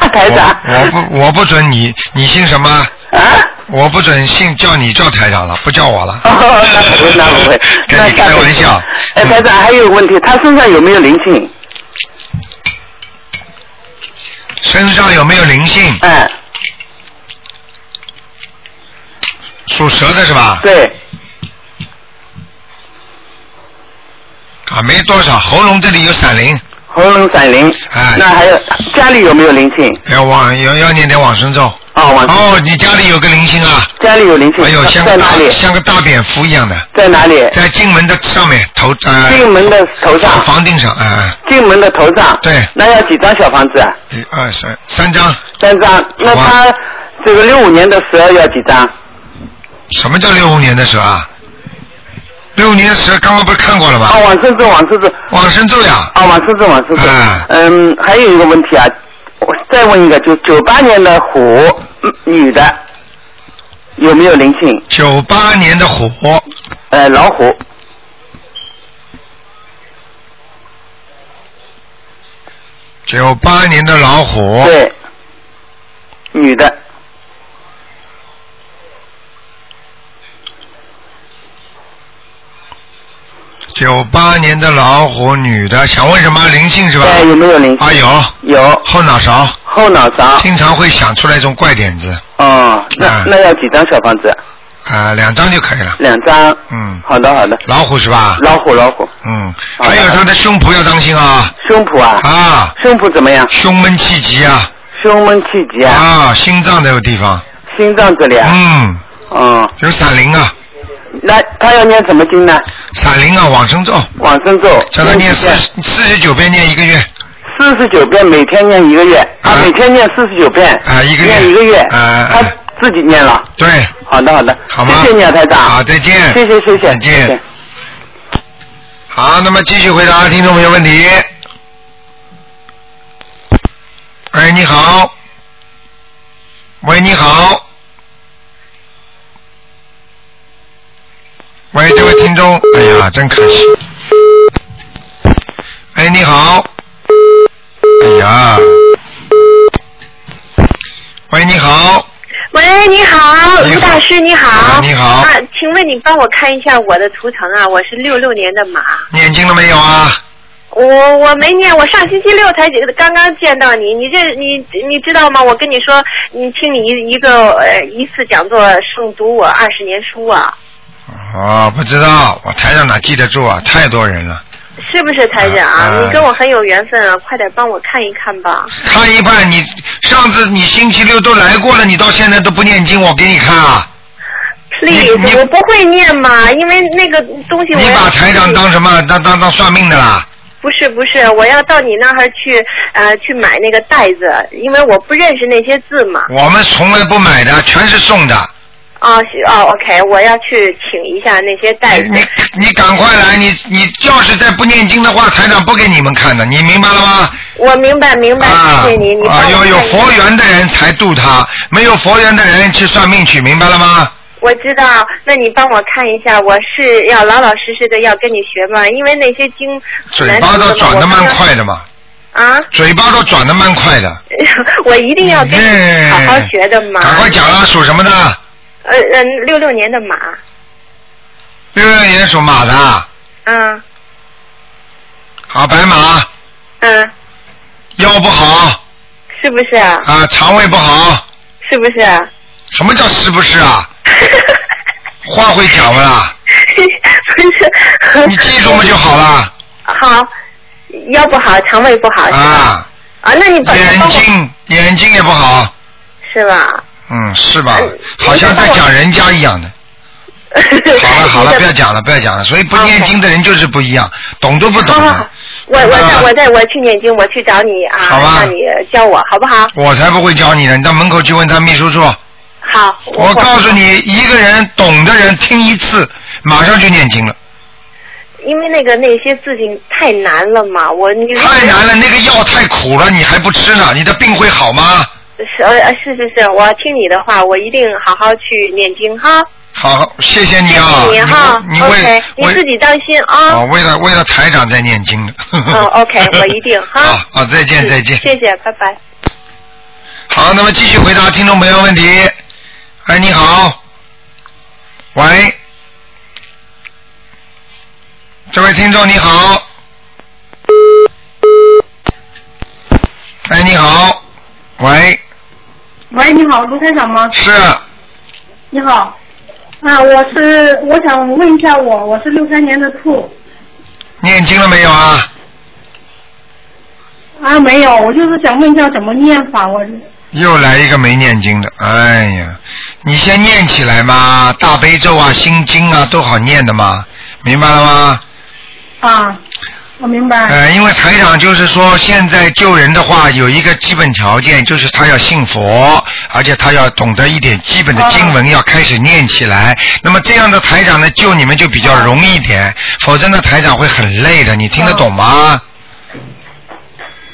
Speaker 1: 嗯
Speaker 5: [laughs] 台长。
Speaker 1: 我我不我不准你，你姓什么？
Speaker 5: 啊。 [laughs]
Speaker 1: 我不准姓叫你叫台长了，不叫我了。，
Speaker 5: 哦， [laughs] 那不会，那不会
Speaker 1: 跟
Speaker 5: 那
Speaker 1: 你
Speaker 5: 下
Speaker 1: 开
Speaker 5: 辈
Speaker 1: 玩
Speaker 5: 子
Speaker 1: 笑。嗯
Speaker 5: 哎，台长，还有个问题，他身上有没有灵性？
Speaker 1: 身上有没有灵性？
Speaker 5: 哎，
Speaker 1: 属蛇的是吧？
Speaker 5: 对，
Speaker 1: 啊，没多少，喉咙这里有闪灵。
Speaker 5: 喉咙闪灵。
Speaker 1: 哎
Speaker 5: 那还有家里有没有灵性？
Speaker 1: 要哎往要要念点往生咒。
Speaker 5: 哦，往
Speaker 1: 哦，你家里有个灵性啊？
Speaker 5: 家里有灵性，
Speaker 1: 哎呦，像
Speaker 5: 嗯在
Speaker 1: 个
Speaker 5: 哪里
Speaker 1: 大？像个大蝙蝠一样的，
Speaker 5: 在哪里？
Speaker 1: 在进门的上面头呃
Speaker 5: 进门的头上，
Speaker 1: 房顶上啊、
Speaker 5: 进门的头上。
Speaker 1: 对
Speaker 5: 那要几张小房子啊？
Speaker 1: 一二三三张。
Speaker 5: 三张。那
Speaker 1: 好啊
Speaker 5: 他这个六五年的蛇要几张？
Speaker 1: 什么叫六五年的蛇啊？六五年的蛇刚刚不是看过了吗？
Speaker 5: 啊，往生咒，往生咒，
Speaker 1: 往生咒呀，
Speaker 5: 啊，往生咒，往生咒
Speaker 1: 哎。
Speaker 5: 嗯，还有一个问题啊，我再问一个，就九八年的虎嗯女的有没有灵性？
Speaker 1: 九八年的虎，
Speaker 5: 呃，老虎
Speaker 1: 九八年的老虎，
Speaker 5: 对，女的
Speaker 1: 九八年的老虎女的，想问什么灵性是吧？
Speaker 5: 对，哎有没有灵性？
Speaker 1: 啊，有
Speaker 5: 有
Speaker 1: 后脑勺，
Speaker 5: 后脑勺。
Speaker 1: 经常会想出来这种怪点子，
Speaker 5: 哦，那
Speaker 1: 嗯
Speaker 5: 那要几张小房子？
Speaker 1: 啊，两张就可以了。
Speaker 5: 两张。
Speaker 1: 嗯
Speaker 5: 好的好的。
Speaker 1: 老虎是吧？
Speaker 5: 老虎老虎，
Speaker 1: 嗯，
Speaker 5: 好的
Speaker 1: 还有他的胸脯要当心啊
Speaker 5: 胸脯啊，
Speaker 1: 啊，
Speaker 5: 胸脯怎么样？
Speaker 1: 胸闷气急啊
Speaker 5: 胸闷气急啊，
Speaker 1: 啊，心脏这个地方，
Speaker 5: 心脏这里啊。
Speaker 1: 嗯，
Speaker 5: 嗯，
Speaker 1: 有闪灵啊，
Speaker 5: 那他要念什么经呢？
Speaker 1: 闪灵啊，往生咒，
Speaker 5: 往生咒。
Speaker 1: 叫他念
Speaker 5: 几
Speaker 1: 四
Speaker 5: 遍
Speaker 1: 四十九遍，念一个月
Speaker 5: 四十九遍，每天念一个月啊
Speaker 1: 啊，
Speaker 5: 每天念四十九遍
Speaker 1: 啊，一个月
Speaker 5: 念一个月，
Speaker 1: 啊啊
Speaker 5: 他自己念了。
Speaker 1: 对，
Speaker 5: 好的，好的，
Speaker 1: 好吗？
Speaker 5: 谢谢你啊，台长。
Speaker 1: 好，再见。
Speaker 5: 谢谢，谢谢，
Speaker 1: 再
Speaker 5: 谢谢
Speaker 1: 见。好，那么继续回答听众朋友问题。哎，你好。喂，你好。喂，这位听众，哎呀，真可惜。哎，你好。哎呀。喂，你好。
Speaker 3: 喂，你好，
Speaker 1: 你好
Speaker 3: 卢大师，你好。
Speaker 1: 啊你好
Speaker 3: 啊，请问你帮我看一下我的图腾啊？我是六六年的马，
Speaker 1: 念经了没有啊？
Speaker 3: 我我没念，我上星期六才刚刚见到你。你这你你知道吗？我跟你说，你听你一一个呃一次讲座胜读我二十年书啊，
Speaker 1: 哦，不知道，我台上哪记得住啊？太多人了，
Speaker 3: 是不是台长？
Speaker 1: 啊啊
Speaker 3: 你跟我很有缘分啊，快点帮我看一看吧。
Speaker 1: 看一半你上次你星期六都来过了，你到现在都不念经，我给你看啊！你你
Speaker 3: Please，我不会念嘛，因为那个东西我
Speaker 1: 你
Speaker 3: 要
Speaker 1: 把台长当什么？当当当算命的啦？
Speaker 3: 不是不是，我要到你那儿去呃去买那个袋子，因为我不认识那些字嘛。
Speaker 1: 我们从来不买的，全是送的。
Speaker 3: 啊是哦，OK，我要去请一下那些袋
Speaker 1: 你
Speaker 3: 子。
Speaker 1: 你你赶快来！你你要是再不念经的话，台长不给你们看的，你明白了吗？
Speaker 3: 我明白明白，
Speaker 1: 啊
Speaker 3: 谢谢你，你帮我
Speaker 1: 啊！要有
Speaker 3: 看一下
Speaker 1: 佛缘的人才度他，没有佛缘的人去算命去，明白了吗？
Speaker 3: 我知道，那你帮我看一下，我是要老老实实的要跟你学嘛，因为那些经
Speaker 1: 嘴巴都转的蛮快的嘛，
Speaker 3: 啊， [laughs]
Speaker 1: 嘴巴都转的蛮快的。嗯
Speaker 3: 我一定要跟你好好学的嘛。
Speaker 1: 哎赶快讲啊，属什么的？
Speaker 3: 呃呃，六六年的马，
Speaker 1: 六六年属马的啊，
Speaker 3: 嗯
Speaker 1: 好白马，
Speaker 3: 嗯，
Speaker 1: 腰不好
Speaker 3: 是不是啊？
Speaker 1: 啊，肠胃不好。
Speaker 3: 是不是啊？ [laughs]
Speaker 1: 什么叫是不是啊？话会讲不啦？
Speaker 3: 不是，
Speaker 1: [laughs] 你记住嘛就好了
Speaker 3: 好，腰不好，肠胃不好是吧？
Speaker 1: 啊。
Speaker 3: 啊，那你帮
Speaker 1: 眼
Speaker 3: 帮我
Speaker 1: 睛眼睛也不好，
Speaker 3: 是吧？
Speaker 1: 嗯，是吧
Speaker 3: 嗯？
Speaker 1: 好像在讲人家一样的。好
Speaker 3: [laughs]
Speaker 1: 了好了，不要讲了不要讲了。所以不念经的人就是不一样，懂都不懂
Speaker 3: 好好好
Speaker 1: 的。，
Speaker 3: 我我
Speaker 1: 啊
Speaker 3: 再我再我去念经，我去找你啊，
Speaker 1: 好吧
Speaker 3: 让你教我好不好？
Speaker 1: 我才不会教你呢，你到门口去问他秘书处。
Speaker 3: 好，
Speaker 1: 我告诉你，一个人懂的人听一次，马上就念经了。
Speaker 3: 因为那个那些字经太难了嘛，我你
Speaker 1: 太难了，那个药太苦了，你还不吃呢，你的病会好吗？
Speaker 3: 是呃是是是，我听你的话，我一定好好去念经哈。
Speaker 1: 好，谢谢你
Speaker 3: 谢
Speaker 1: 啊，
Speaker 3: 谢你哈
Speaker 1: 你为
Speaker 3: ，OK，你
Speaker 1: 为
Speaker 3: 自己当心啊。
Speaker 1: 哦，为了为了台长在念经呢。
Speaker 3: 哦，OK，我
Speaker 1: [laughs]
Speaker 3: 一定哈嗯
Speaker 1: 好，好，再见再见。
Speaker 3: 谢谢，拜拜。
Speaker 1: 好，那么继续回答听众朋友问题。哎，你好，喂，这位听众你好，哎，你好，喂，
Speaker 6: 喂，你好，卢台长吗？
Speaker 1: 是
Speaker 6: 你好，啊，我是我想问一下我，我是六三年的兔
Speaker 1: 念经了没有啊？
Speaker 6: 啊，没有，我就是想问一下怎么念法，我
Speaker 1: 又来一个没念经的，哎呀，你先念起来嘛，大悲咒啊、心经啊都好念的嘛，明白了吗？
Speaker 6: 啊，我明白，
Speaker 1: 呃，因为台长就是说，现在救人的话有一个基本条件，就是他要信佛，而且他要懂得一点基本的经文，要开始念起来。那么这样的台长呢，救你们就比较容易一点，否则呢，台长会很累的。你听得懂吗？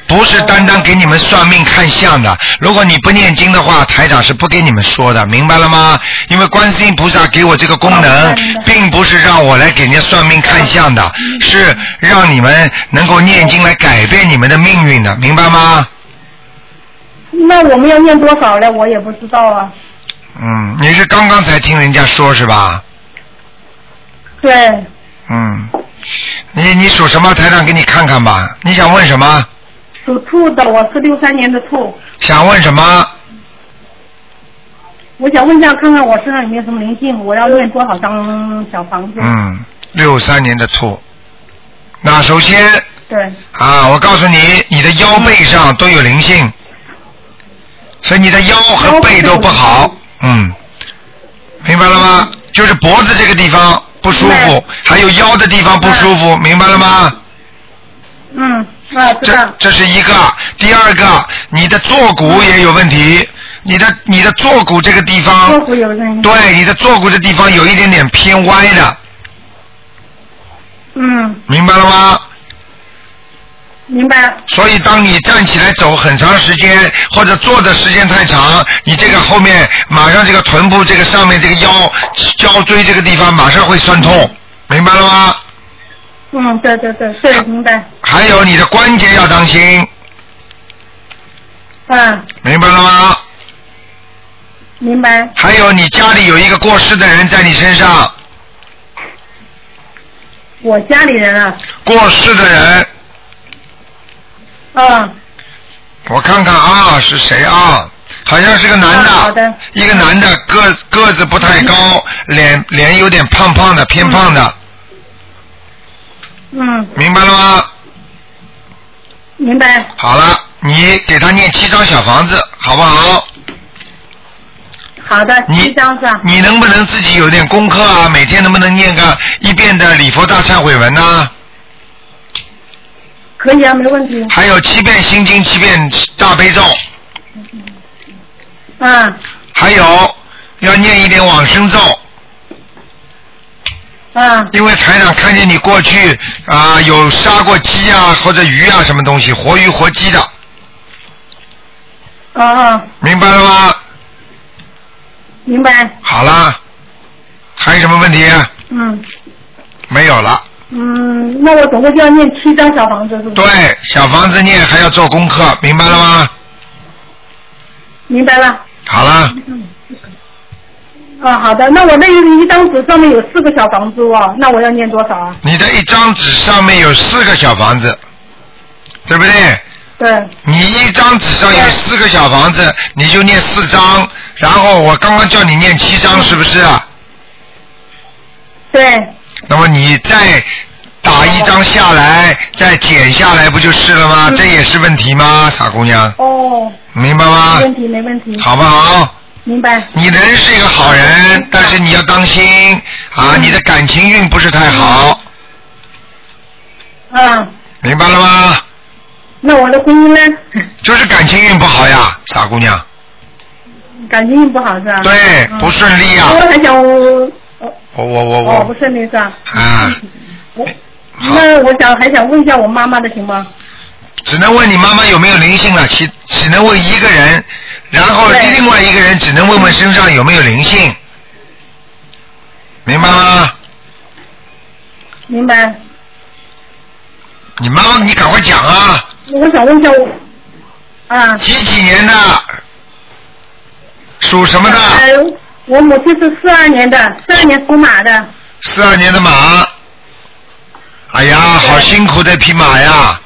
Speaker 1: 不是单单给你们算命看相的，如果你不念经的话，台长是不给你们说的，明白了吗？因为观世音菩萨给我这个功能
Speaker 6: 哦明白，
Speaker 1: 并不是让我来给人家算命看相的，是让你们能够念经来改变你们的命运的，明白吗？
Speaker 6: 那我们要念多少呢？我也不知道啊，
Speaker 1: 嗯，你是刚刚才听人家说是吧？
Speaker 6: 对，
Speaker 1: 嗯，你你属什么？台长给你看看吧。你想问什么？
Speaker 6: 属兔的，我是六三年的兔，
Speaker 1: 想问什么？
Speaker 6: 我想问一下，看看我身上有没有什么灵性，我要念多少张小房子？
Speaker 1: 嗯，六三年的兔。那首先
Speaker 6: 对，
Speaker 1: 啊，我告诉你，你的腰背上都有灵性，所以你的腰和背都不好。嗯，明白了吗？就是脖子这个地方不舒服，还有腰的地方不舒服，明白了吗？
Speaker 6: 嗯，啊，知
Speaker 1: 这
Speaker 6: 道，
Speaker 1: 这是一个，第二个，你的坐骨也有问题，你的你的坐骨这个地
Speaker 6: 坐
Speaker 1: 方，
Speaker 6: 骨有人，
Speaker 1: 啊对，你的坐骨的地方有一点点偏歪的，
Speaker 6: 嗯，
Speaker 1: 明白了吗？
Speaker 6: 明白，
Speaker 1: 所以，当你站起来走很长时间，或者坐的时间太长，你这个后面马上这个臀部这个上面这个腰腰椎这个地方马上会酸痛，明白了吗？
Speaker 6: 嗯，对对对，对，明白，
Speaker 1: 还有你的关节要当心，
Speaker 6: 啊，
Speaker 1: 明白了吗？
Speaker 6: 明白，
Speaker 1: 还有你家里有一个过世的人在你身上，
Speaker 6: 我家里人啊，
Speaker 1: 过世的人，
Speaker 6: 啊，
Speaker 1: 我看看啊是谁啊？好像是个男的，
Speaker 6: 啊好的
Speaker 1: 一个男的个个子不太高，脸脸有点胖胖的，偏胖的，
Speaker 6: 嗯，
Speaker 1: 明白了吗？
Speaker 6: 明白，
Speaker 1: 好了，你给他念七张小房子，好不好？
Speaker 6: 好的，
Speaker 1: 你
Speaker 6: 七张是吧？
Speaker 1: 你能不能自己有点功课啊？每天能不能念个一遍的礼佛大忏悔文呢、
Speaker 6: 可以啊，没问题，
Speaker 1: 还有七遍心经，七遍大悲咒，
Speaker 6: 啊，
Speaker 1: 还有要念一点往生咒，
Speaker 6: 啊，
Speaker 1: 因为台长看见你过去啊、有杀过鸡啊或者鱼啊什么东西，活鱼活鸡的，
Speaker 6: 啊啊，
Speaker 1: 明白了吗？
Speaker 6: 明白，
Speaker 1: 好啦，还有什么问题？
Speaker 6: 嗯
Speaker 1: 没有了。
Speaker 6: 嗯，那我总共就要念七张小房子，是不是？
Speaker 1: 对，，小房子念还要做功课，明白了吗？
Speaker 6: 明白了。
Speaker 1: 好了。
Speaker 6: 啊，好的，那我那一张纸上面有四个小房子哦，那我要念多少啊？
Speaker 1: 你的一张纸上面有四个小房子，对不对？
Speaker 6: 对，
Speaker 1: 你一张纸上有
Speaker 6: 对
Speaker 1: 四个小房子，你就念四张，然后我刚刚叫你念七
Speaker 6: 嗯
Speaker 1: 张，是不是啊？
Speaker 6: 对，
Speaker 1: 那么你再打一张下来，再减下来，不就是了吗？
Speaker 6: 嗯
Speaker 1: 这也是问题吗，傻姑娘？
Speaker 6: 哦，
Speaker 1: 明白吗
Speaker 6: 没？问题，没问题，
Speaker 1: 啊好不好？
Speaker 6: 明白。
Speaker 1: 你人是一个好人，
Speaker 6: 嗯
Speaker 1: 但是你要当心啊，你的感情运不是太好，
Speaker 6: 啊，
Speaker 1: 明白了吗？
Speaker 6: 那我的婚
Speaker 1: [laughs]
Speaker 6: 姻呢？
Speaker 1: 就是感情运不好呀，傻姑娘。
Speaker 6: 感情运不好是吧？
Speaker 1: 对，
Speaker 6: 嗯
Speaker 1: 不顺利呀、啊
Speaker 6: 我还想我，哦
Speaker 1: 我我我
Speaker 6: 哦，不
Speaker 1: 我
Speaker 6: 顺利是吧？
Speaker 1: 啊，
Speaker 6: 我
Speaker 1: 好
Speaker 6: 那我想还想问一下我妈妈的行吗？
Speaker 1: 只能问你妈妈有没有灵性了，其只能问一个人，然后
Speaker 6: 对
Speaker 1: 另外一个人只能问问身上有没有灵性，明白
Speaker 6: 嗯
Speaker 1: 吗？
Speaker 6: 明白。
Speaker 1: 你妈妈，你赶快讲啊！
Speaker 6: 我想问一下我，啊，
Speaker 1: 几几年的？属什么的？
Speaker 6: 呃，我母亲是四二年的，四二年属马的。
Speaker 1: 四二年的马。哎呀，好辛苦这匹马呀！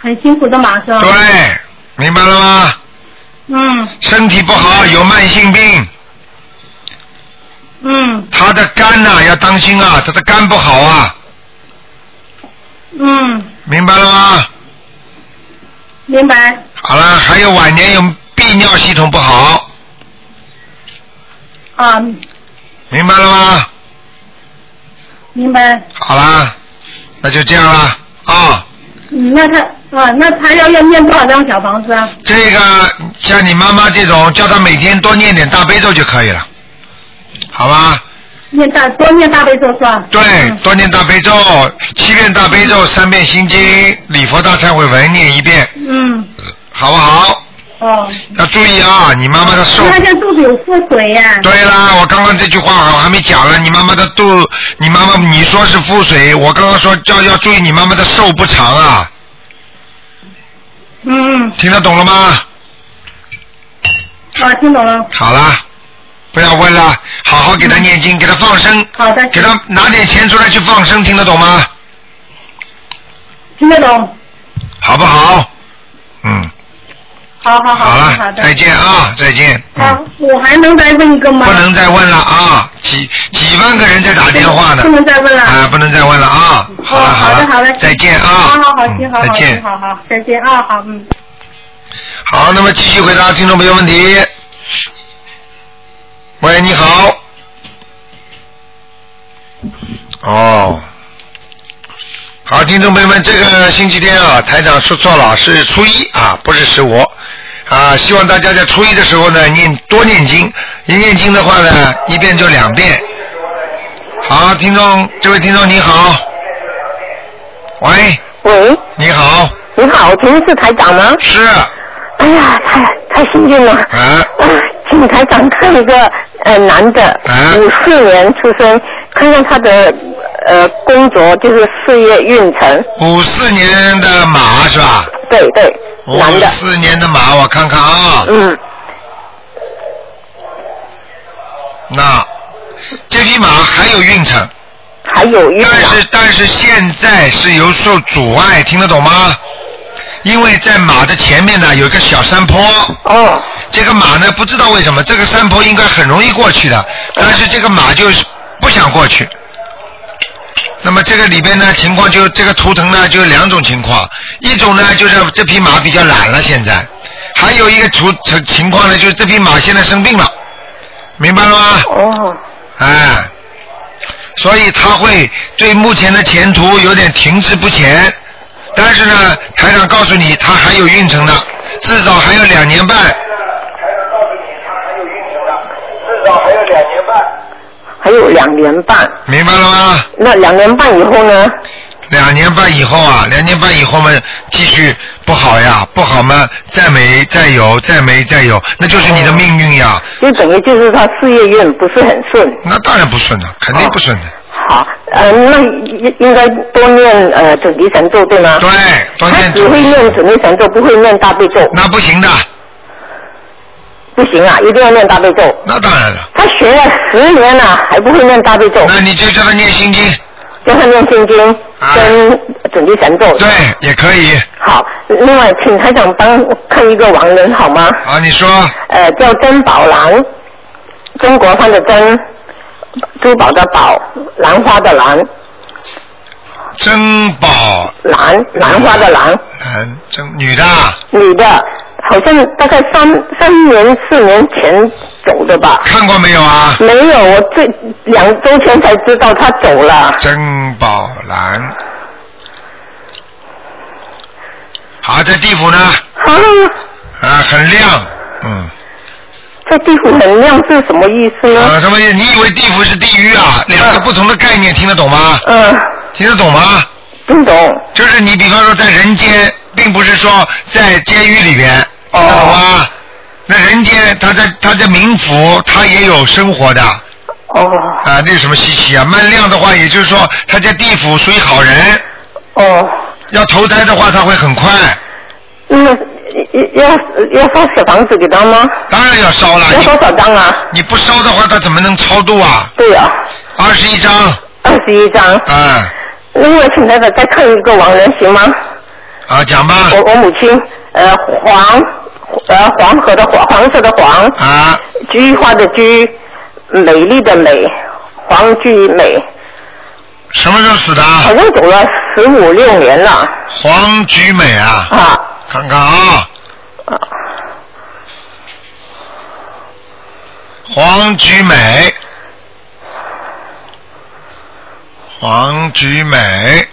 Speaker 6: 很辛苦的马是吧？
Speaker 1: 对，明白了吗？
Speaker 6: 嗯
Speaker 1: 身体不好，有慢性病。
Speaker 6: 嗯
Speaker 1: 他的肝呐、要当心啊，他的肝不好啊，
Speaker 6: 嗯，
Speaker 1: 明白了吗？
Speaker 6: 明白。
Speaker 1: 好了，还有晚年有泌尿系统不好，
Speaker 6: 啊，
Speaker 1: 明白了吗？
Speaker 6: 明白。
Speaker 1: 好啦，那就这样啦啊、
Speaker 6: 嗯，那他啊，那他要要念多少张小房子啊？
Speaker 1: 这个像你妈妈这种，叫她每天多念点大悲咒就可以了，好吧？
Speaker 6: 念大多念大悲咒是吧？
Speaker 1: 对，
Speaker 6: 嗯
Speaker 1: 多念大悲咒，七遍大悲咒，三遍心经，礼佛大忏悔文念一遍，
Speaker 6: 嗯，
Speaker 1: 好不好？
Speaker 6: 哦，
Speaker 1: 要注意啊，你妈妈的
Speaker 6: 因
Speaker 1: 寿
Speaker 6: 为他现在肚子有腹水呀、
Speaker 1: 对啦，我刚刚这句话我还没讲了，你妈妈的肚，你妈妈你说是腹水，我刚刚说要要注意你妈妈的寿不长啊，
Speaker 6: 嗯嗯，嗯
Speaker 1: 听得懂了吗？
Speaker 6: 啊，听懂了。
Speaker 1: 好啦，不要问了，好好给他
Speaker 6: 嗯
Speaker 1: 念经，给他放生，
Speaker 6: 好的，
Speaker 1: 给他拿点钱出来去放生，听得懂吗？
Speaker 6: 听得懂。
Speaker 1: 好不好？嗯，
Speaker 6: 好好好，
Speaker 1: 好
Speaker 6: 好
Speaker 1: 了，
Speaker 6: 的。
Speaker 1: 再见啊，再见。
Speaker 6: 啊，我还能再问一个吗？
Speaker 1: 不能再问了啊，几几万个人在打电话呢
Speaker 6: 不，能再问了。
Speaker 1: 啊，不能再问了啊。好了
Speaker 6: 嗯哦好
Speaker 1: 了，
Speaker 6: 的好的，
Speaker 1: 再见啊。
Speaker 6: 好好好，
Speaker 1: 嗯
Speaker 6: 行好好
Speaker 1: 再见
Speaker 6: 行。好好再见啊，好嗯。
Speaker 1: 好，那么继续回答听众朋友问题。喂，你好。哦，好，听众朋友们，这个星期天啊，台长说错了，是初一啊，不是十五啊。希望大家在初一的时候呢，念多念经，一念经的话呢，一遍就两遍。好，听众，这位听众你好。喂，
Speaker 7: 喂，
Speaker 1: 你好，
Speaker 7: 你好，请问是台长吗？
Speaker 1: 是
Speaker 7: 哎呀，太太幸运了！
Speaker 1: 啊，
Speaker 7: 啊，请台长看一个呃男的
Speaker 1: 啊，
Speaker 7: 五四年出生，看看他的呃工作就是事业运程。
Speaker 1: 五四年的马是吧？
Speaker 7: 对对，
Speaker 1: 五
Speaker 7: 男的，
Speaker 1: 四年的马，我看看啊，
Speaker 7: 嗯，
Speaker 1: 那这匹马还有运程，
Speaker 7: 还有月
Speaker 1: 但
Speaker 7: 亮
Speaker 1: 是但是现在是有受阻碍，听得懂吗？因为在马的前面呢有一个小山坡，
Speaker 7: 哦，
Speaker 1: 这个马呢不知道为什么这个山坡应该很容易过去
Speaker 7: 哦
Speaker 1: 的，但是这个马就是不想过去。那么这个里边呢情况就这个图腾呢就有两种情况，一种呢就是这匹马比较懒了现在，还有一个图情情况呢就是这匹马现在生病了，明白了吗？
Speaker 7: 哦，
Speaker 1: 哎，所以他会对目前的前途有点停滞不前。但是呢，台长告诉你，他还有运程的，至少还有两年半。
Speaker 7: 还有两年半，
Speaker 1: 明白了吗？
Speaker 7: 那两年半以后呢？
Speaker 1: 两年半以后啊，两年半以后嘛，继续不好呀，不好嘛，再没再有，再没再有，那就是你的命运呀。
Speaker 7: 就哦等于就是他事业运不是很顺。哦
Speaker 1: 那当然不顺了，肯定不顺的。
Speaker 7: 好，呃，那应应该多念呃准提神咒对吗？
Speaker 1: 对，多
Speaker 7: 他
Speaker 1: 念
Speaker 7: 只会念准提神咒，不会念大悲咒。
Speaker 1: 那不行的，
Speaker 7: 不行啊，一定要念大悲咒。
Speaker 1: 那当然了。
Speaker 7: 他学了十年了，还不会念大悲咒，
Speaker 1: 那你就叫他念心经，
Speaker 7: 叫他念心经
Speaker 1: 啊
Speaker 7: 跟准提神咒。
Speaker 1: 对，也可以。
Speaker 7: 好，另外请台长帮我看一个亡人好吗？
Speaker 1: 啊，你说。
Speaker 7: 呃，叫珍宝兰，中国翻的珍，珠宝的宝，兰花的兰，
Speaker 1: 珍宝
Speaker 7: 兰兰花的兰，
Speaker 1: 男珍女的啊
Speaker 7: 女的，好像大概三三年四年前走的吧。
Speaker 1: 看过没有啊？
Speaker 7: 没有，我这两周前才知道他走了。
Speaker 1: 珍宝兰，好，在地府呢，
Speaker 7: 啊，
Speaker 1: 啊，很亮，嗯，
Speaker 7: 这地府很亮是什么意思呢？
Speaker 1: 啊，什么意思？你以为地府是地狱啊？两个不同的概念，听得懂吗？
Speaker 7: 嗯，
Speaker 1: 听得懂吗？
Speaker 7: 不懂。
Speaker 1: 就是你，比方说在人间，并不是说在监狱里边，
Speaker 7: 哦
Speaker 1: 听得懂吗？那人间，他在他在冥府，他也有生活的，
Speaker 7: 哦
Speaker 1: 啊，那有什么稀奇啊？慢亮的话，也就是说他在地府属于好人，
Speaker 7: 哦，
Speaker 1: 要投胎的话他会很快。
Speaker 7: 那要要烧小房子给他吗？
Speaker 1: 当然要烧了，
Speaker 7: 要
Speaker 1: 啊
Speaker 6: 哦
Speaker 1: 你
Speaker 7: 多少张啊？
Speaker 1: 你不烧的话，他怎么能超度啊？
Speaker 7: 对啊，
Speaker 1: 二十一张，
Speaker 7: 二十一张。
Speaker 1: 啊
Speaker 7: 另外，请台长再看一个亡人行吗？
Speaker 1: 啊，讲吧，
Speaker 6: 哦
Speaker 7: 我我母亲，呃，黄，呃，黄河的黄，黄色的黄，
Speaker 1: 啊，
Speaker 7: 菊花的菊，嗯美丽的美，黄菊美，
Speaker 1: 什么时候死的啊？
Speaker 7: 好像走了十五六年了
Speaker 1: 黄菊美啊，
Speaker 7: 啊。
Speaker 1: 看看啊，
Speaker 7: 啊
Speaker 1: 黄菊美，黄菊美，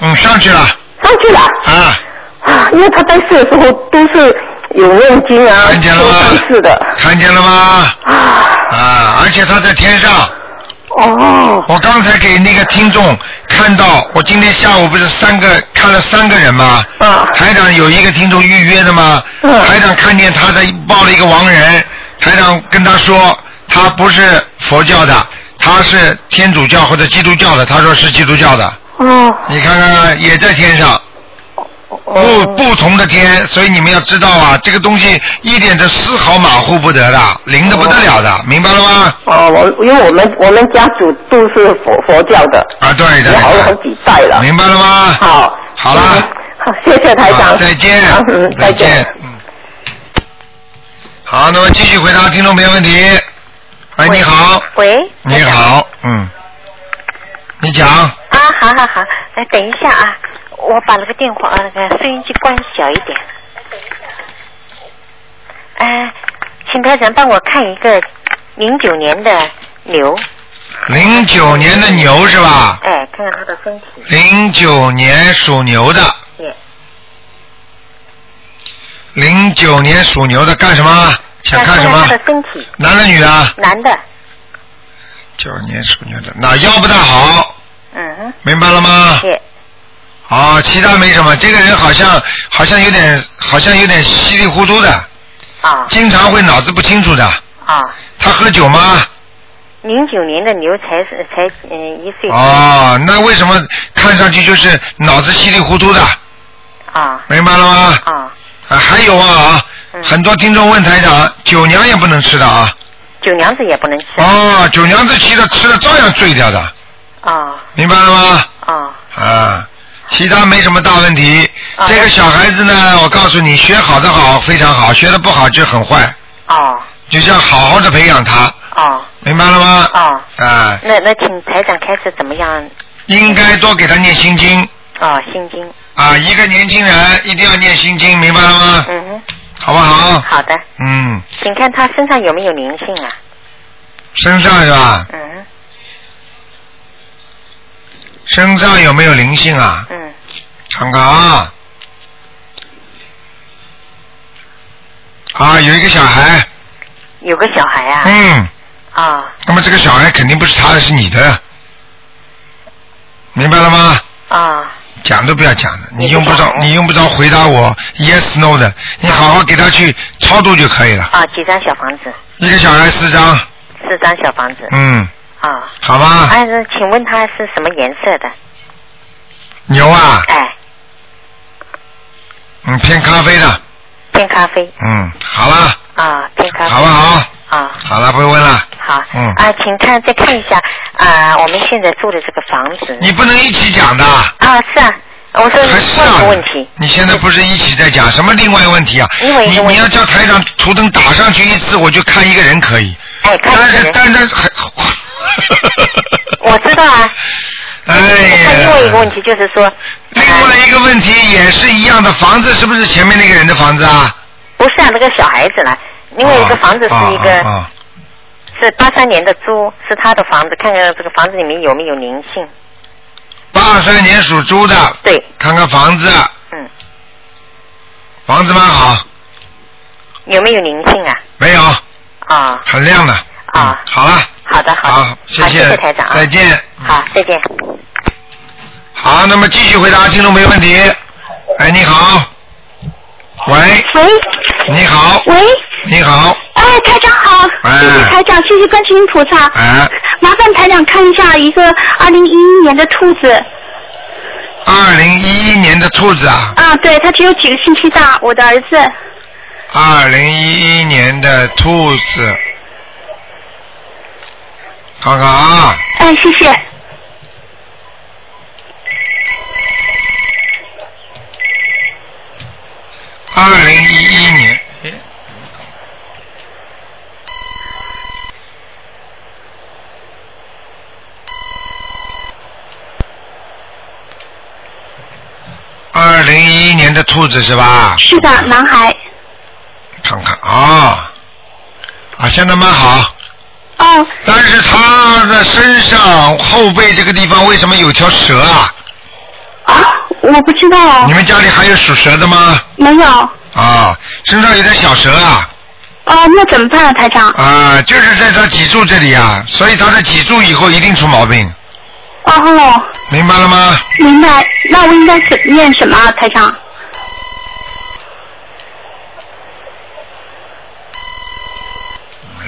Speaker 1: 嗯，上去了
Speaker 7: 上去了。
Speaker 1: 啊，
Speaker 7: 啊，因为他在世的时候都是有念经啊，
Speaker 1: 看见了
Speaker 7: 做
Speaker 1: 吗
Speaker 7: 善事的
Speaker 1: 看见了吗？
Speaker 7: 啊。
Speaker 1: 啊，而且他在天上。
Speaker 7: 哦，
Speaker 1: 我刚才给那个听众看到，我今天下午不是三个看了三个人吗？
Speaker 7: 啊
Speaker 1: 台长有一个听众预约的吗？
Speaker 7: 嗯
Speaker 1: 台长看见他在抱了一个亡人，台长跟他说他不是佛教的，他是天主教或者基督教的，他说是基督教的，
Speaker 7: 哦，
Speaker 1: 你看看也在天上，不不同的天，所以你们要知道啊，这个东西一点这丝毫马虎不得的，灵的不得了的，明白了吗？
Speaker 7: 哦，我因为我们我们家族都是佛佛教的，
Speaker 1: 啊，对的
Speaker 7: 也，好好几代了。啊
Speaker 1: 明白了吗？
Speaker 7: 好，
Speaker 1: 好啦，
Speaker 7: 好，谢谢台
Speaker 1: 好
Speaker 7: 长。
Speaker 1: 再见
Speaker 7: 啊嗯，，再
Speaker 1: 再
Speaker 7: 见。
Speaker 1: 见，嗯。好，那么继续回答听众朋友问题。哎，你好，
Speaker 8: 喂，
Speaker 1: 你好，嗯，你讲，
Speaker 8: 啊，好好好，哎，等一下啊，我把那个电话呃那个收音机关小一点。哎，请台长帮我看一个零九年的牛，
Speaker 1: 零九年的牛是吧？
Speaker 8: 哎，看看他的身体。
Speaker 1: 零九年属牛的，
Speaker 8: 对，
Speaker 1: 零九年属牛的干什么？想看什
Speaker 8: 看
Speaker 1: 么
Speaker 8: 他？的身体，
Speaker 1: 男的女的？
Speaker 8: 男的，
Speaker 1: 九年属牛的，那腰不大好，
Speaker 8: 嗯，
Speaker 1: 明白了吗？
Speaker 8: 对，
Speaker 1: 哦，其他没什么。这个人好像好像有点好像有点稀里糊涂的，
Speaker 8: 啊
Speaker 1: 经常会脑子不清楚的。
Speaker 8: 啊，
Speaker 1: 他喝酒吗？
Speaker 8: 零九年的牛才是才嗯一岁
Speaker 1: 哦，那为什么看上去就是脑子稀里糊涂的？
Speaker 8: 啊
Speaker 1: 明白了吗？
Speaker 8: 啊，
Speaker 1: 啊，还有啊，
Speaker 8: 嗯
Speaker 1: 很多听众问台长，酒娘也不能吃的啊。
Speaker 8: 酒娘子也不能吃
Speaker 1: 哦，酒娘子吃的吃了照样醉掉的，
Speaker 8: 啊
Speaker 1: 明白了吗？
Speaker 8: 啊
Speaker 1: 啊，其他没什么大问题。
Speaker 8: 啊
Speaker 1: 这个小孩子呢，我告诉你，学好的好非常好，学的不好就很坏，
Speaker 8: 哦
Speaker 1: 就要好好的培养他，
Speaker 8: 哦
Speaker 1: 明白了吗？
Speaker 8: 哦，
Speaker 1: 啊，
Speaker 8: 那那请台长开始怎么样？
Speaker 1: 应该多给他念心经
Speaker 8: 哦，心经，
Speaker 1: 啊。一个年轻人一定要念心经，明白了吗？
Speaker 8: 嗯
Speaker 1: 好不好
Speaker 8: 哼，？好的，
Speaker 1: 嗯，
Speaker 8: 请看他身上有没有灵性啊？
Speaker 1: 身上是吧？
Speaker 8: 嗯
Speaker 1: 身上有没有灵性啊？
Speaker 8: 嗯
Speaker 1: 看看啊。啊，有一个小孩，
Speaker 8: 有个小孩啊，
Speaker 1: 嗯，
Speaker 8: 啊
Speaker 1: 那么这个小孩肯定不是他的，是你的，明白了吗？
Speaker 8: 啊
Speaker 1: 讲都不要讲了，你用不着
Speaker 8: 明，白
Speaker 1: 你用不着回答我 yes no 的，你好好给他去超度就可以了。
Speaker 8: 啊，几张小房子？
Speaker 1: 一个小孩四张，
Speaker 8: 四张小房子
Speaker 1: 嗯，
Speaker 8: 啊。
Speaker 1: 好吗？
Speaker 8: 哎，那请问他是什么颜色的？
Speaker 1: 牛啊，
Speaker 8: 哎，
Speaker 1: 嗯，偏咖啡的，
Speaker 8: 偏咖啡
Speaker 1: 嗯，好了，
Speaker 8: 啊，偏咖
Speaker 1: 好
Speaker 8: 啡
Speaker 1: 不好？
Speaker 8: 啊。
Speaker 1: 好了，不问了。
Speaker 8: 好，
Speaker 1: 嗯
Speaker 8: 啊，请看再看一下啊，我们现在住的这个房子
Speaker 1: 你不能一起讲的，
Speaker 8: 啊，是啊，我说
Speaker 1: 还是
Speaker 8: 换
Speaker 1: 啊
Speaker 8: 个问题，？
Speaker 1: 你现在不是一起在讲什么另外一个问题啊？
Speaker 8: 另外一
Speaker 1: 你
Speaker 8: 个问题
Speaker 1: 你要叫台长图腾打上去一次，我就看一个人可以。
Speaker 8: 哎，看
Speaker 1: 但
Speaker 8: 这个
Speaker 1: 是
Speaker 8: 人，
Speaker 1: 但是还， [laughs]
Speaker 8: 我知道啊，
Speaker 1: 哎呀
Speaker 8: 看另外一个问题就是说，
Speaker 1: 另外一个问题也是一样的，房子是不是前面那个人的房子啊？
Speaker 8: 不是啊，那个小孩子啦，另外一个房子是一个、
Speaker 1: 啊啊啊
Speaker 8: 是八三年的猪，是他的房子，看看这个房子里面有没有灵性。
Speaker 1: 八三年属猪的，
Speaker 8: 对，
Speaker 1: 看看房子，
Speaker 8: 嗯，
Speaker 1: 房子蛮好，
Speaker 8: 有没有灵性啊？
Speaker 1: 没有，
Speaker 8: 啊、
Speaker 1: 很亮的。
Speaker 8: 啊
Speaker 1: 嗯好了，
Speaker 8: 好的好的，
Speaker 1: 好
Speaker 8: 好，
Speaker 1: 谢
Speaker 8: 谢谢台长啊，
Speaker 1: 再见。
Speaker 8: 好，再见。
Speaker 1: 好，那么继续回答听众朋友问题。哎，你好，喂，
Speaker 9: 喂
Speaker 1: 你好，
Speaker 9: 喂，
Speaker 1: 你好，
Speaker 9: 哎，台长好，
Speaker 1: 哎
Speaker 9: 谢谢台长，谢谢观世音菩萨，
Speaker 1: 哎，
Speaker 9: 麻烦台长看一下一个二零一一年的兔子，
Speaker 1: 二零一一年的兔子啊，
Speaker 9: 啊，对，它只有几个星期大，我的儿子，
Speaker 1: 二零一一年的兔子，看看啊，
Speaker 9: 哎，谢谢，
Speaker 1: 二零一一年，二零一一年的兔子是吧？
Speaker 9: 是的，男孩，
Speaker 1: 看看啊、啊，现在蛮好，
Speaker 9: 哦，
Speaker 1: 但是他的身上后背这个地方为什么有条蛇啊？
Speaker 9: 啊，我不知道
Speaker 1: 你
Speaker 9: 哦，
Speaker 1: 们家里还有属蛇的吗？
Speaker 9: 没有，哦，
Speaker 1: 啊，身上有点小蛇啊，
Speaker 9: 那怎么办啊，台长？
Speaker 1: 啊，就是在他脊柱这里啊，所以他的脊柱以后一定出毛病，
Speaker 9: 哦，
Speaker 1: 明白了吗？
Speaker 9: 明白，那我应该怎念什么啊，台长？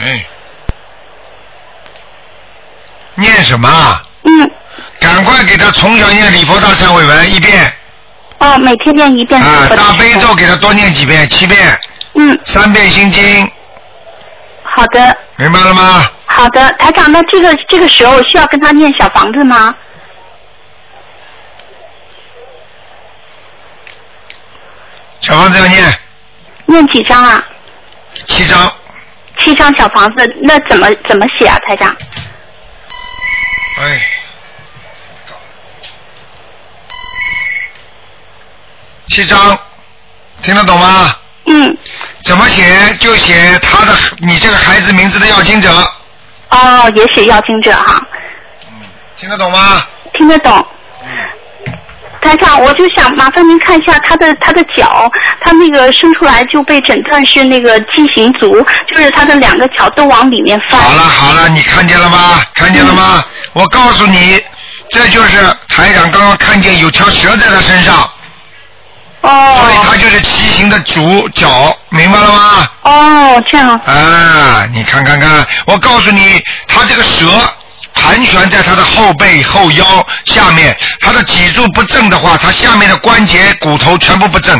Speaker 1: 哎，念什么啊？
Speaker 9: 嗯，
Speaker 1: 啊赶快给他从小念礼佛大忏悔文一遍，
Speaker 2: 哦，每天念一遍。
Speaker 1: 啊，大悲咒给他多念几遍，七遍。
Speaker 2: 嗯。
Speaker 1: 三遍心经，
Speaker 2: 好的，
Speaker 1: 明白了吗？
Speaker 2: 好的，台长，那这个这个时候需要跟他念小房子吗？
Speaker 1: 小房子要念
Speaker 2: 念几张啊？
Speaker 1: 七张，
Speaker 2: 七张小房子，那怎么怎么写啊，台长？
Speaker 1: 哎。七张，听得懂吗？
Speaker 2: 嗯。
Speaker 1: 怎么写就写他的你这个孩子名字的要经者，
Speaker 2: 哦，也许要经者哈，
Speaker 1: 听得懂吗？
Speaker 2: 听得懂。台长，我就想麻烦您看一下他的他的脚，他那个生出来就被诊断是那个畸形足，就是他的两个脚都往里面翻。
Speaker 1: 好了好了，你看见了吗？看见了吗？我告诉你，这就是台长刚刚看见有条蛇在他身上。
Speaker 2: 哦。
Speaker 1: 所以他就是畸形的主角，明白了吗？
Speaker 2: 哦，这样。
Speaker 1: 啊，你看看看，我告诉你，他这个蛇盘旋在他的后背、后腰下面，他的脊柱不正的话，他下面的关节、骨头全部不正。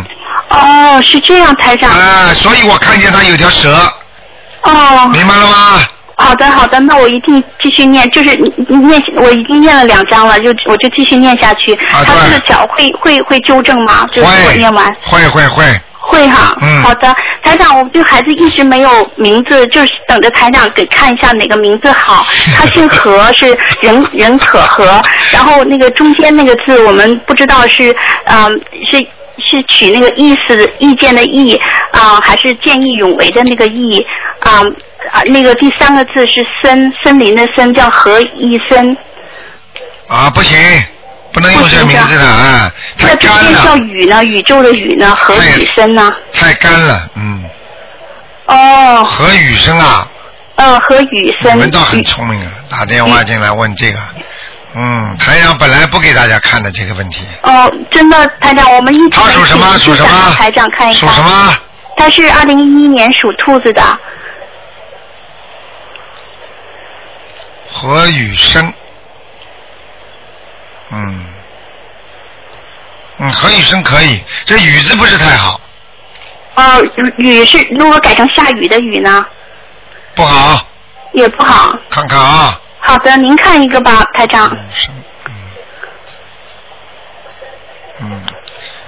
Speaker 2: 哦，是这样，台长。
Speaker 1: 啊，所以我看见他有条蛇。
Speaker 2: 哦。
Speaker 1: 明白了吗？
Speaker 2: 好的，好的，那我一定继续念，就是你你念，我已经念了两章了，就我就继续念下去。他这个脚会会会纠正吗？就是我念完。
Speaker 1: 会会会，
Speaker 2: 会哈，
Speaker 1: 嗯
Speaker 2: 好的，台长，我对孩子一直没有名字，就是等着台长给看一下哪个名字好。他姓何，是人人可和，然后那个中间那个字我们不知道是嗯、是是取那个意思的意见的意啊、还是见义勇为的那个义啊啊、那个第三个字是森森林的森，叫何一森。
Speaker 1: 啊，不行，不能用这个名字的啊，
Speaker 2: 那中间叫宇呢？宇宙的宇呢？何宇森呢？
Speaker 1: 太干了，嗯，
Speaker 2: 哦，
Speaker 1: 何雨生啊，
Speaker 2: 呃，何宇
Speaker 1: 你
Speaker 2: 森。
Speaker 1: 们倒很聪明啊，打电话进来问这个。嗯，台长本来不给大家看的这个问题，
Speaker 2: 哦，真的，台长，我们一直
Speaker 1: 他属什么
Speaker 2: 没
Speaker 1: 属什么
Speaker 2: 想让台长看一看。
Speaker 1: 属什么？
Speaker 2: 他是二零一一年属兔子的，
Speaker 1: 何雨生，嗯，嗯，何雨生可以，这雨字不是太好，
Speaker 2: 哦，雨是如果改成下雨的雨呢，
Speaker 1: 不好，
Speaker 2: 也不好。
Speaker 1: 看看啊，
Speaker 2: 好的，您看一个吧，台长。
Speaker 1: 嗯，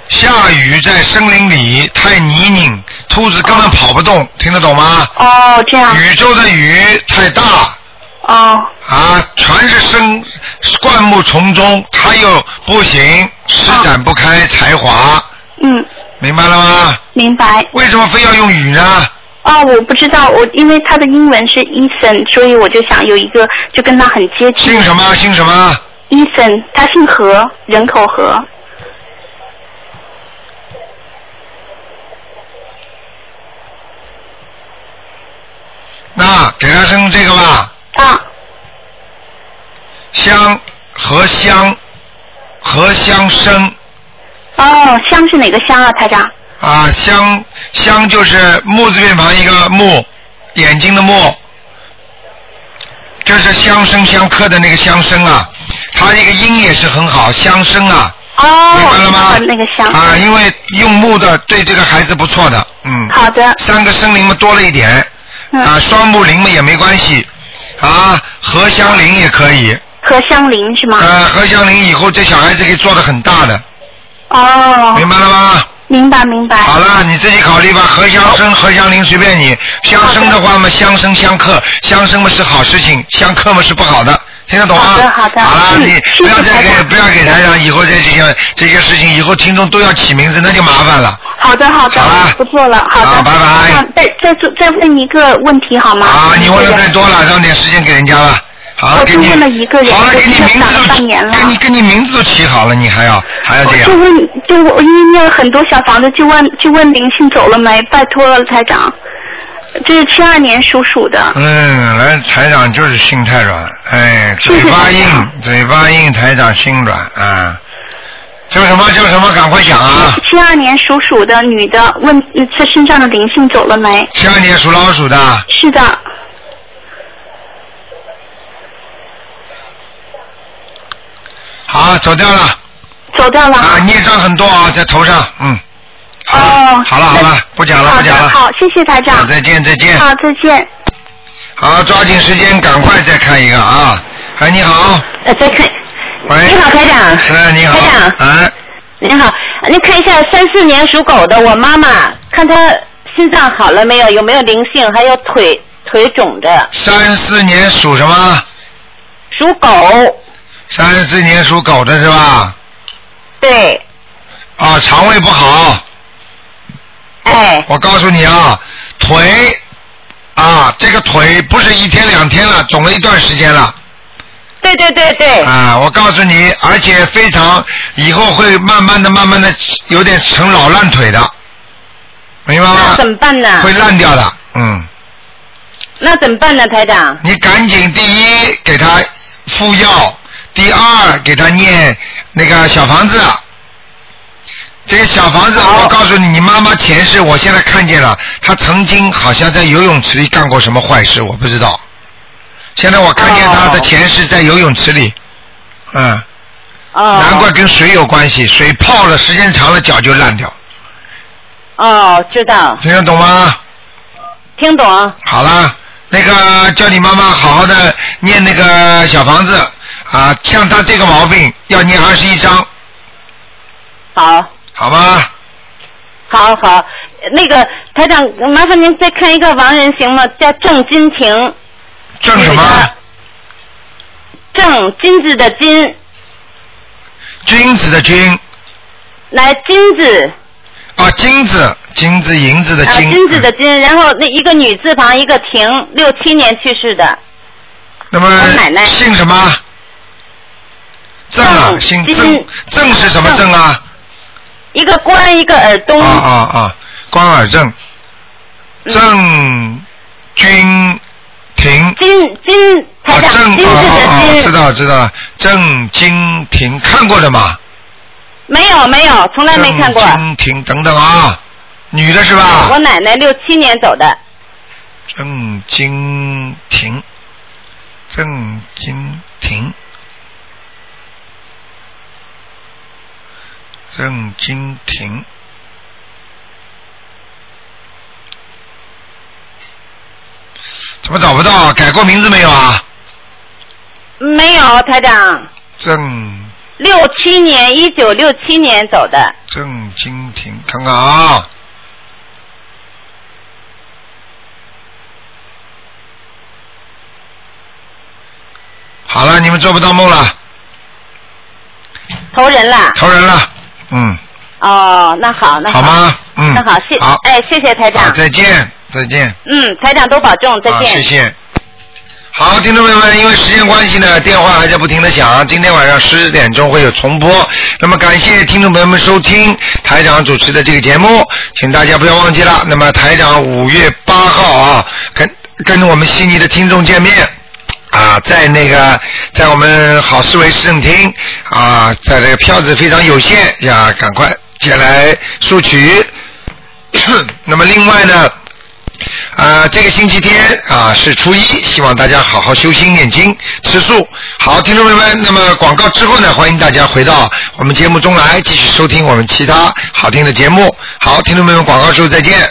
Speaker 1: 下雨在森林里太泥泞，兔子根本跑不
Speaker 2: 啊
Speaker 1: 动，听得懂吗？
Speaker 2: 哦，这样。
Speaker 1: 宇宙的雨太大。
Speaker 2: 哦。
Speaker 1: 啊，全是生灌木丛中，它又不行，施展不开才华。
Speaker 2: 嗯。
Speaker 1: 明白了吗？
Speaker 2: 明白。
Speaker 1: 为什么非要用雨呢？
Speaker 2: 哦，我不知道，我因为他的英文是 Ethan，所以我就想有一个就跟他很接近。
Speaker 1: 姓什么？姓什么
Speaker 2: ？Ethan，他姓何，人口何。
Speaker 1: 那给他生这个吧。
Speaker 2: 啊。
Speaker 1: 香和香，和香生
Speaker 2: 哦，香是哪个香啊，台长？
Speaker 1: 啊，香香就是木字边旁一个木，眼睛的木，这是相生相克的那个相生啊，它这个音也是很好，相生啊。
Speaker 2: 哦，
Speaker 1: 明白了吗？
Speaker 2: 那个香。
Speaker 1: 啊，因为用木的对这个孩子不错的，嗯。
Speaker 2: 好的。
Speaker 1: 三个生灵嘛多了一点，
Speaker 2: 嗯
Speaker 1: 啊，双木灵嘛也没关系，啊，合香灵也可以，
Speaker 2: 何香林是吗？
Speaker 1: 啊，合香灵以后这小孩子可以做的很大的，
Speaker 2: 哦。
Speaker 1: 明白了吗？
Speaker 2: 明白明白。
Speaker 1: 好了，你自己考虑吧。合香生、合香灵随便你。相生的话嘛，相生相克，相生嘛是好事情，相克嘛是不好的，听得懂吗？好的，好的。好了，
Speaker 2: 嗯
Speaker 1: 你不要再给不要给台长以后这些这些事情，以后听众都要起名字，那就麻烦了。
Speaker 2: 好的好的，不做了，好的，拜拜。再再做再问一个问题好吗？啊，
Speaker 1: 你问的太多了，让点时间给人家吧。好
Speaker 2: 我
Speaker 1: 了，给
Speaker 2: 就
Speaker 1: 你
Speaker 2: 问了一个人，
Speaker 1: 好了，
Speaker 2: 我
Speaker 1: 给你
Speaker 2: 听
Speaker 1: 名
Speaker 2: 了
Speaker 1: 字
Speaker 2: 打
Speaker 1: 都
Speaker 2: 半年了。
Speaker 1: 给你给你名字都起好了，你还要还要这样
Speaker 2: 哦就？问就我因为念了很多小房子，就问就问灵性走了没？哎拜托了，台长，这是七二年属鼠的。
Speaker 1: 嗯，来台长就是心太软，哎，嘴巴硬，嘴巴硬，台长心软啊。叫什么叫什么？赶快讲啊！
Speaker 2: 七二年属鼠的女的问嗯她身上的灵性走了没？
Speaker 1: 七二年属老鼠的，
Speaker 2: 是的，
Speaker 1: 好，走掉了。
Speaker 2: 走
Speaker 3: 走掉了。
Speaker 1: 啊，孽障很多啊，在头上，嗯，
Speaker 3: 哦，
Speaker 1: 好了好了，不讲了
Speaker 3: 好
Speaker 1: 不
Speaker 3: 的
Speaker 1: 讲，了，
Speaker 3: 好，谢谢台长。
Speaker 1: 再见再见，
Speaker 3: 好，再见。
Speaker 1: 好，抓紧时间，赶快再看一个啊。哎，你好，
Speaker 8: 呃，再看，
Speaker 1: 喂，
Speaker 8: 你好，台长。
Speaker 1: 是，你好，
Speaker 8: 台长
Speaker 1: 哎，
Speaker 8: 你好，您看一下三四年属狗的我妈妈，看她心脏好了没有，有没有灵性，还有腿腿肿着，
Speaker 1: 三四年属什么？
Speaker 8: 属狗。
Speaker 1: 三四年属狗的是吧？
Speaker 8: 对，
Speaker 1: 啊，肠胃不好。
Speaker 8: 哎。
Speaker 1: 我告诉你啊，腿啊，这个腿不是一天两天了，肿了一段时间了。
Speaker 8: 对对对对。
Speaker 1: 啊，我告诉你，而且非常，以后会慢慢的、慢慢的有点成老烂腿的，明白吗
Speaker 8: 那？怎么办呢？
Speaker 1: 会烂掉的，嗯。
Speaker 8: 那怎么办呢，台长？
Speaker 1: 你赶紧第一给他敷药，第二给他念那个小房子。啊这个小房子，我告诉你，你妈妈前世我现在看见了，她曾经好像在游泳池里干过什么坏事，我不知道。现在我看见她的前世在游泳池里，嗯，
Speaker 6: 哦
Speaker 1: 难
Speaker 8: 哦
Speaker 1: 怪跟水有关系，水泡了时间长了脚就烂掉，
Speaker 8: 哦，知道，
Speaker 1: 听得懂吗？
Speaker 8: 听懂。
Speaker 1: 好啦，那个叫你妈妈好好的念那个小房子啊，像她这个毛病要念二十一章，
Speaker 8: 好，
Speaker 1: 好吗？
Speaker 8: 好，好。那个台长，麻烦您再看一个亡人行吗？叫郑金婷。
Speaker 1: 郑什么？
Speaker 8: 郑金子的金，
Speaker 1: 君子的君
Speaker 8: 来金子。
Speaker 1: 啊，金子，金子银子的
Speaker 8: 啊，
Speaker 1: 金，嗯
Speaker 8: 金子的金，然后那一个女字旁一个婷，六七年去世的，
Speaker 1: 那么姓什么？郑啊，姓郑，郑是什么郑啊？
Speaker 8: 一个关一个耳东。嗯
Speaker 1: 啊啊啊！关尔郑，郑君婷。
Speaker 8: 金金
Speaker 1: 台长，郑哦哦哦，知道知道了，郑金婷看过的嘛？
Speaker 8: 没有没有，从来没看过。
Speaker 1: 郑金婷，等等啊，女的是吧？
Speaker 8: 我奶奶六七年走的，
Speaker 1: 郑金婷，郑金婷，郑金婷。怎么找不到啊？改过名字没有啊？
Speaker 8: 没有台长，
Speaker 1: 郑
Speaker 8: 六七年一九六七年走的，
Speaker 1: 郑金婷，看看啊。好了，你们做不到梦
Speaker 8: 啊
Speaker 1: 了，
Speaker 8: 投人了。
Speaker 1: 投人了，嗯，
Speaker 8: 哦，那好那
Speaker 1: 好吗？嗯，
Speaker 8: 那好，谢
Speaker 1: 好
Speaker 8: 哎，谢谢台长
Speaker 1: 好，。再见，再见。
Speaker 8: 嗯，台长多保重，再见。
Speaker 1: 啊，谢谢。好，听众朋友们，因为时间关系呢，电话还在不停的响，今天晚上十点钟会有重播。那么感谢听众朋友们收听台长主持的这个节目，请大家不要忘记了。那么台长五月八号啊，跟跟我们悉尼的听众见面。啊，在那个，在我们好思维市政厅啊，在这个票子非常有限，呀，赶快前来索取。 [coughs] 那么另外呢，啊，这个星期天啊是初一，希望大家好好修心念经、吃素。好，听众朋友们，那么广告之后呢，欢迎大家回到我们节目中来，继续收听我们其他好听的节目。好，听众朋友们，广告之后再见。